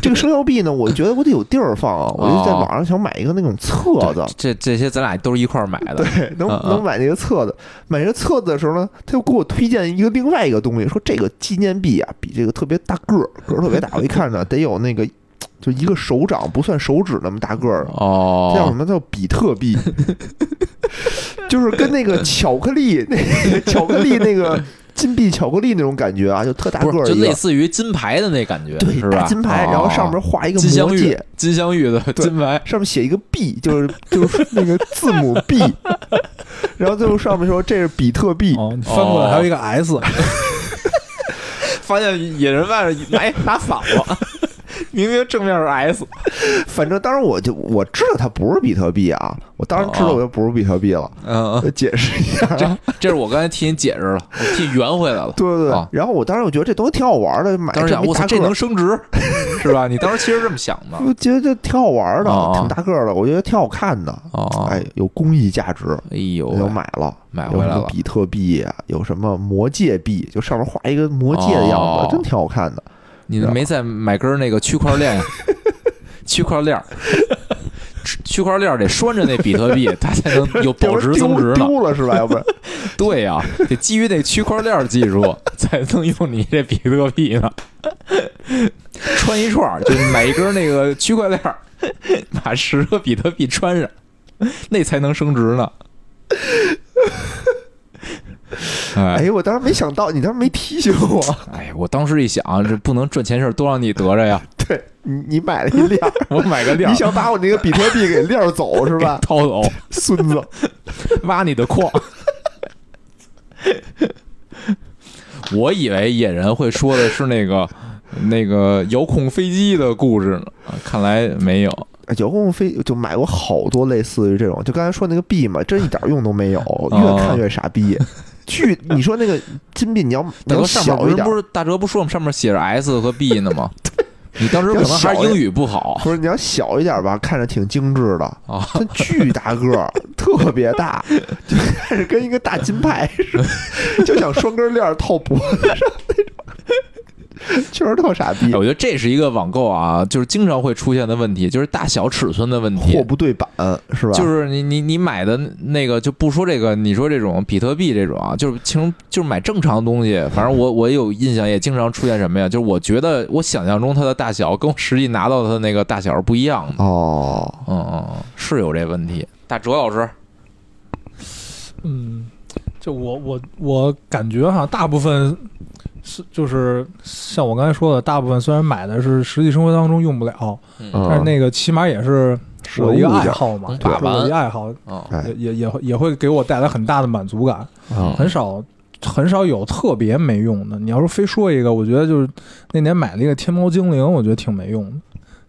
这个生肖币呢，我觉得我得有地儿放啊，我就在网上想买一个那种册子，
这这些咱俩都是一块儿买的，
对，能
嗯嗯
能买那个册子。买这个册子的时候呢，他又给我推荐一个另外一个东西，说这个纪念币啊，比这个特别大个儿，个儿特别大。我一看呢，得有那个就一个手掌不算手指那么大个儿，
哦，
叫什么叫比特 币？就是跟那个巧克力、那个巧克力、那个金币巧克力那种感觉啊，就特大
不
个
是
儿
就
一
类
个，
似于金牌的那感觉，
对，
是
大
吧？
金牌，
哦
然后上面画一个
金镶
魔
玉
戒，，
金镶玉的
对
金牌，
上面写一个 B，就是就是 那个字母 B，然后最后上面说这是比特币，
哦，你翻过来还有一个 S，
发现野人外边哎拿反了， 明明正面是 S，
反正当时我就我知道它不是比特币啊，我当然知道
哦
我就不是比特币了，
嗯，嗯
解释一下。
这这是我刚才替你解释了，我替你圆回来了。
对对对，
啊
然后我当时我觉得这东西挺好玩的，买
当时
这
想，
么一
我
大
操，
个
这
儿哎
能升 值，是吧？你当时其实这么想的。
我觉得这挺好玩的，
哦
挺大个儿的，我觉得挺好看的，
哦，
哎，有公益价值，
哎呦
我
喂，
就买了，
买
有
回
什
来
么
了。
比特币啊，有什么魔戒币，就上面画一个魔戒的样
哦
子，真挺好看的。
你没再买根儿那个区块 链呀？区块链儿，区块链儿得拴着那比特币，它才能有保值增值
丢
呢。
丢了是吧？要不然
对呀、得基于那区块链儿技术，才能用你这比特币呢。穿一串儿，就买一根儿那个区块链儿，把十个比特币穿上，那才能升值呢。 哎
哎，我当时没想到，你当时没提醒我，
哎，我当时一想，这不能赚钱事儿都让你得着呀，
对你你买了一链 儿，
我买个链
你
儿？
想把我那个比特币给链儿走是吧
掏走，
孙 子，
挖你的 矿。我以为野人会说的是那个那个遥控飞机的故事呢，啊看来没有。
遥控飞就买过好多类似于这种，就刚才说那个币嘛，真一点用都没有，
哦
越看越傻 逼。巨，你说那个金币，你要你
大
要
哥上面
小
不
一
是
点
不，是大哲不说我们上面写着 S 和 B 呢吗？你当时
要
可能还是
小一
英语不好
不是你要小一点吧，看着挺精致的，
啊，
它巨大个 儿，特别大，就开始跟一个大金牌 似的，就想双根链儿套脖子上那种， 确实特傻逼
哎，我觉得这是一个网购啊，就是经常会出现的问题，就是大小尺寸的问题
货。不对版是吧？
就是你你你买的那个就不说这个，你说这种比特币这种啊，就是其实就是买正常东西，反正我我有印象也经常出现什么呀，就是我觉得我想象中它的大小跟我实际拿到的它那个大小是不一样的，
哦，
嗯嗯，嗯是有这问题。大哲老师，
嗯，就我我我感觉哈，大部分是就是像我刚才说的，大部分虽然买的是实际生活当中用不了，
嗯
嗯
但是那个起码也是
是
我的一个
物
爱
件
好嘛，
能
对
把
是我的
玩
一个爱好，
嗯
哎
也也也会也会给我带来很大的满足感，
啊
嗯
很少。很少有特别没用的。你要是非说一个，我觉得就是那年买了一个天猫精灵，我觉得挺没用的，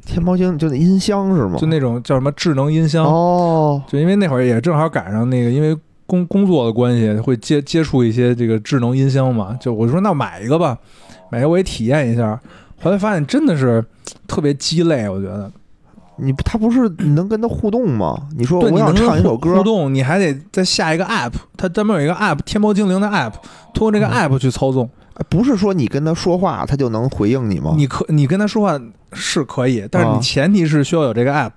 天猫精就那音箱是吗？
就那种叫什么智能音箱，
哦，
就因为那会儿也正好赶上那个，因为工工作的关系，会接接触一些这个智能音箱嘛。就我说那买一个吧，买一个我也体验一下。后来发现真的是特别鸡肋，我觉得。
你不他不是能跟他互动吗？你说
对，
我
你
想
能
唱一首
互
歌，
动，你还得再下一个 app，它专门有一个 app，天猫精灵的 app，通过
嗯
这个 app 去操纵。
哎不是说你跟他说话他就能回应你吗？
你可你跟他说话是可以，但是你
啊
前提是需要有这个 app，、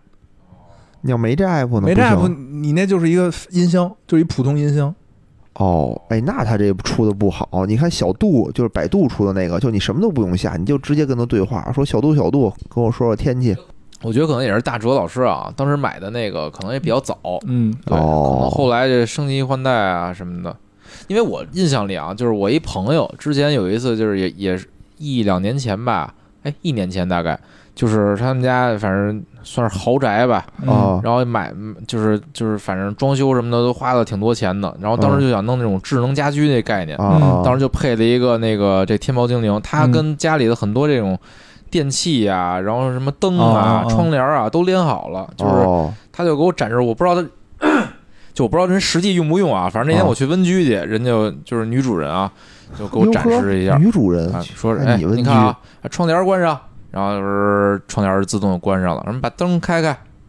你要没这 app 呢？
没这
不行
app 你那就是一个音箱，就是一普通音箱。
哦，哎，那他这出的不好。你看小度就是百度出的那个，就你什么都不用下，你就直接跟他对话，说小度小度，跟我说说天气。
我觉得可能也是大哲老师啊，当时买的那个可能也比较早，
嗯，
对，可能
哦
后来这升级换代啊什么的，因为我印象里啊，就是我一朋友之前有一次，就是也也是一两年前吧，哎，一年前大概，就是他们家反正算是豪宅吧，
嗯
啊
然后买嗯就是就是反正装修什么的都花了挺多钱的，然后
嗯
当时就想弄那种智能家
哦
居那概念
啊，啊
嗯
当时就配了一个那个这天猫精灵，它跟家里的很多这种电器啊，然后什么灯
哦
啊、
哦哦
窗帘啊都连好了，就是
哦
他就给我展示，我不知道他。 就我不知道人实际用不用啊，反正那天
哦
我去温居去，人家就是女主人啊，就给我
哟
展
呵
示一下，
女主人
啊，说是
那
哎，
你问
你
句
看啊，窗帘关上，然后就是窗帘自动关上了，然后把灯开开，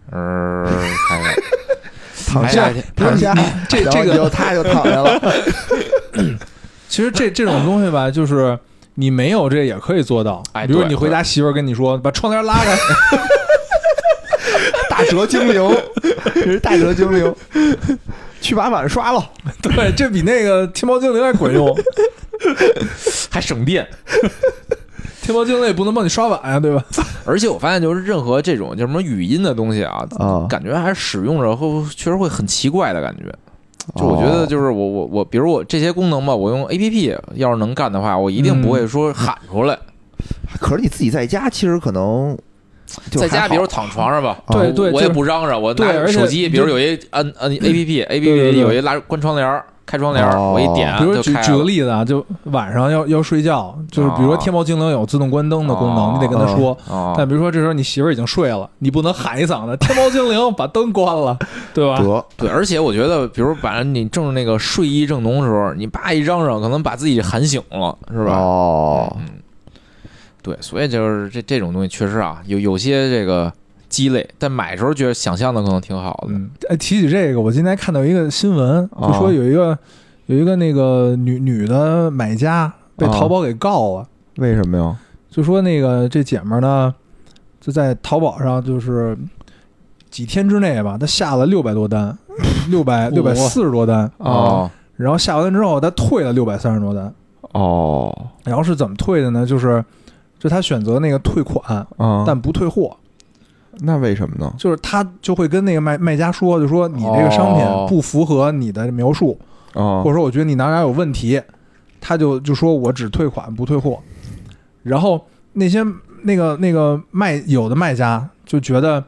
呃，开开，
躺
哎
下
呀
躺下，
这
然后
这
你
个
就他就躺下 了，
其实 这这种东西吧，就是你没有这也可以做到。
哎
比如
对
你回家媳妇儿跟你说，把窗帘拉开，
大蛇精灵，这是大蛇精灵，去把碗刷了，
对，这比那个天猫精灵还管用。
还省电。
天猫精灵也不能帮你刷碗啊呀，对吧？
而且我发现，就是任何这种叫什么语音的东西啊，
啊
感觉还是使用着会确实会很奇怪的感觉。就我觉
哦
得，就是我我我，比如我这些功能吧，我用 A P P 要是能干的话，我一定不会
嗯
说喊出来。
可是你自己在家，其实可能就
在
还
家，
好
比如躺床上吧，
哦对对
我我
就
也
是
不嚷嚷，我
对
拿
而且
手机，
就
比如有一按 按 A P P A
对
P
对
P
对
有一拉关窗帘儿开窗帘儿，
哦
我一点啊
比如
就
举
开
举个
了。
例子啊，就晚上要要睡觉，就是比如说天猫精灵有自动关灯的功
哦
能，你得跟他说。
哦
但比如说这时候你媳妇儿已经睡了，你不能喊一 嗓子“天猫精灵，把灯关了”，对吧？
得
对，而且我觉得，比如把你正那个睡意正浓的时候，你叭一嚷嚷，可能把自己喊醒了，是吧？
哦，
嗯，对，所以就是这这种东西确实啊，有有些这个鸡肋，但买时候觉得想象的可能挺好的。
嗯，哎，提起这个，我今天看到一个新闻，
啊
哦
就说有一个、有一个那个女女的买家被
哦
啊
淘宝给告了，
为什么呀？
就说那个这姐们儿呢，就在淘宝上就是几天之内吧，她下了六百多单，六百六百四十多单，
哦
然后下完之后她退了六百三十多单，
哦，
然后是怎么退的呢？就是就她选择那个退款，
嗯
啊，
但不退货。
那为什么呢？
就是他就会跟那个卖卖家说，就说你这个商品
哦
不符合你的描述，
啊
或者说我觉得你哪哪有问题，他就就说我只退款不退货。然后那些那个那个卖有的卖家就觉得，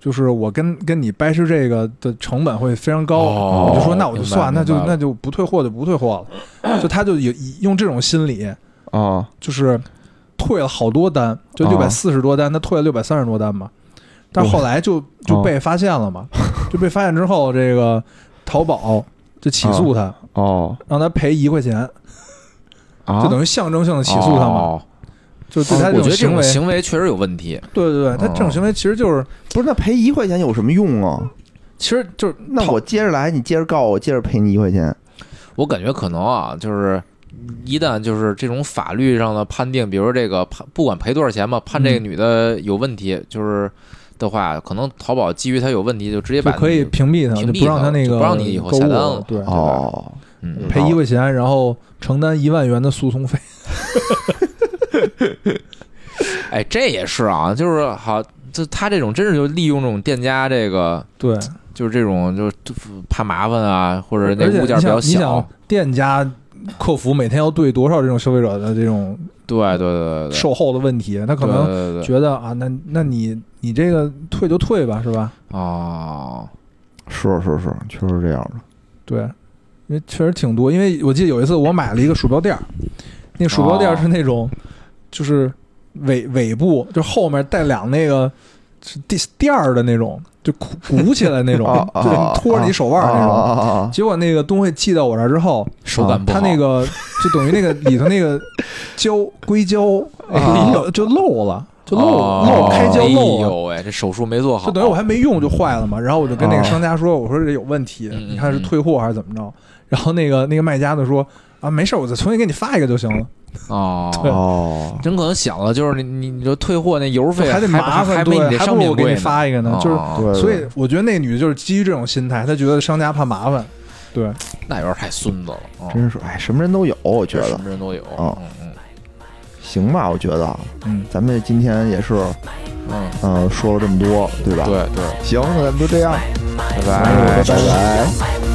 就是我跟跟你掰扯这个的成本会非常高，
哦
我就说那我就算，
明白
那就
明白
那就不退货就不退货了，就他就有用这种心理，
啊
就是退了好多单，就
啊
六百四十多单，他退了六百三十多单嘛。但后来
哦
就就被发现 了嘛，就被发现之后，这个淘宝就起诉他，
哦
让他赔一块钱，
啊，
就等于象征性的起诉他嘛，
哦
就对他
我觉得
种
这
行
种
为，
行哦为确实有问题。
对对对，他这种行为其实就是，
不是那赔一块钱有什么用啊？
其实就是
那我接着来，你接着告我，接着赔你一块钱。
我感觉可能啊，就是一旦就是这种法律上的判定，比如说这个判不管赔多少钱嘛，判这个
嗯
女的有问题，就是的话，可能淘宝基于她有问题，就直接
就
把
可以屏蔽他，
屏蔽
就不让
他
他那
就
个
不让你以后
购
下
物
单了
对，
哦，
嗯，
赔一块钱，然后承担一万元的诉讼费，
哦哎，这也是啊，就是好，就他这种真是就利用这种店家这个。
对，
就是这种，就是怕麻烦啊，或者那
而且
物
你
件比
想，
较
你想
小，
店家客服每天要对多少这种消费者的这种
对对对对对，
售后的问题，他可能
能
觉得啊，那那你你这个退就退吧，是吧？
哦，
是是是，确实这样的。
对，因为确实挺多，因为我记得有一次我买了一个鼠标垫儿，那个鼠标垫儿
哦
是那种就是尾尾部就后面带两那个是垫垫儿的那种，就鼓鼓起来那种，
哦
就拖着你手腕儿那种。
种。
结果那个东西寄到我这儿之后，
手感不
它
好，
那 个就等于那个里头那个胶硅胶
啊
有就漏了，就漏
哎哦
了漏开胶漏
哎
了。
呦喂，这手术没做好，
就等于我还没用就坏了嘛，然后我就跟那个
哦
商家说，我说这有问题，
嗯嗯
你看是退货还是怎么着？然后那个那个卖家就说啊，没事儿，我再重新给你发一个就行了。 对
哦，
哦，
真可能想了，就是你你你就退货那邮费
还得麻烦
还
对
没你这
还不
商
如
品
我给
贵
你发一个呢就是
哦
对，
所以我觉得那女的就是基于这种心态，她觉得商家怕麻烦，对，
那有点太孙子了，哦
真是哎，什么人都有，我觉
什
得
么人都有，
哦
嗯嗯
行吧，我觉得啊
嗯，
咱们今天也是，
嗯，
嗯，说了这么多，对吧？，
对对。
行，那咱们就这样，
拜
拜拜拜拜。
my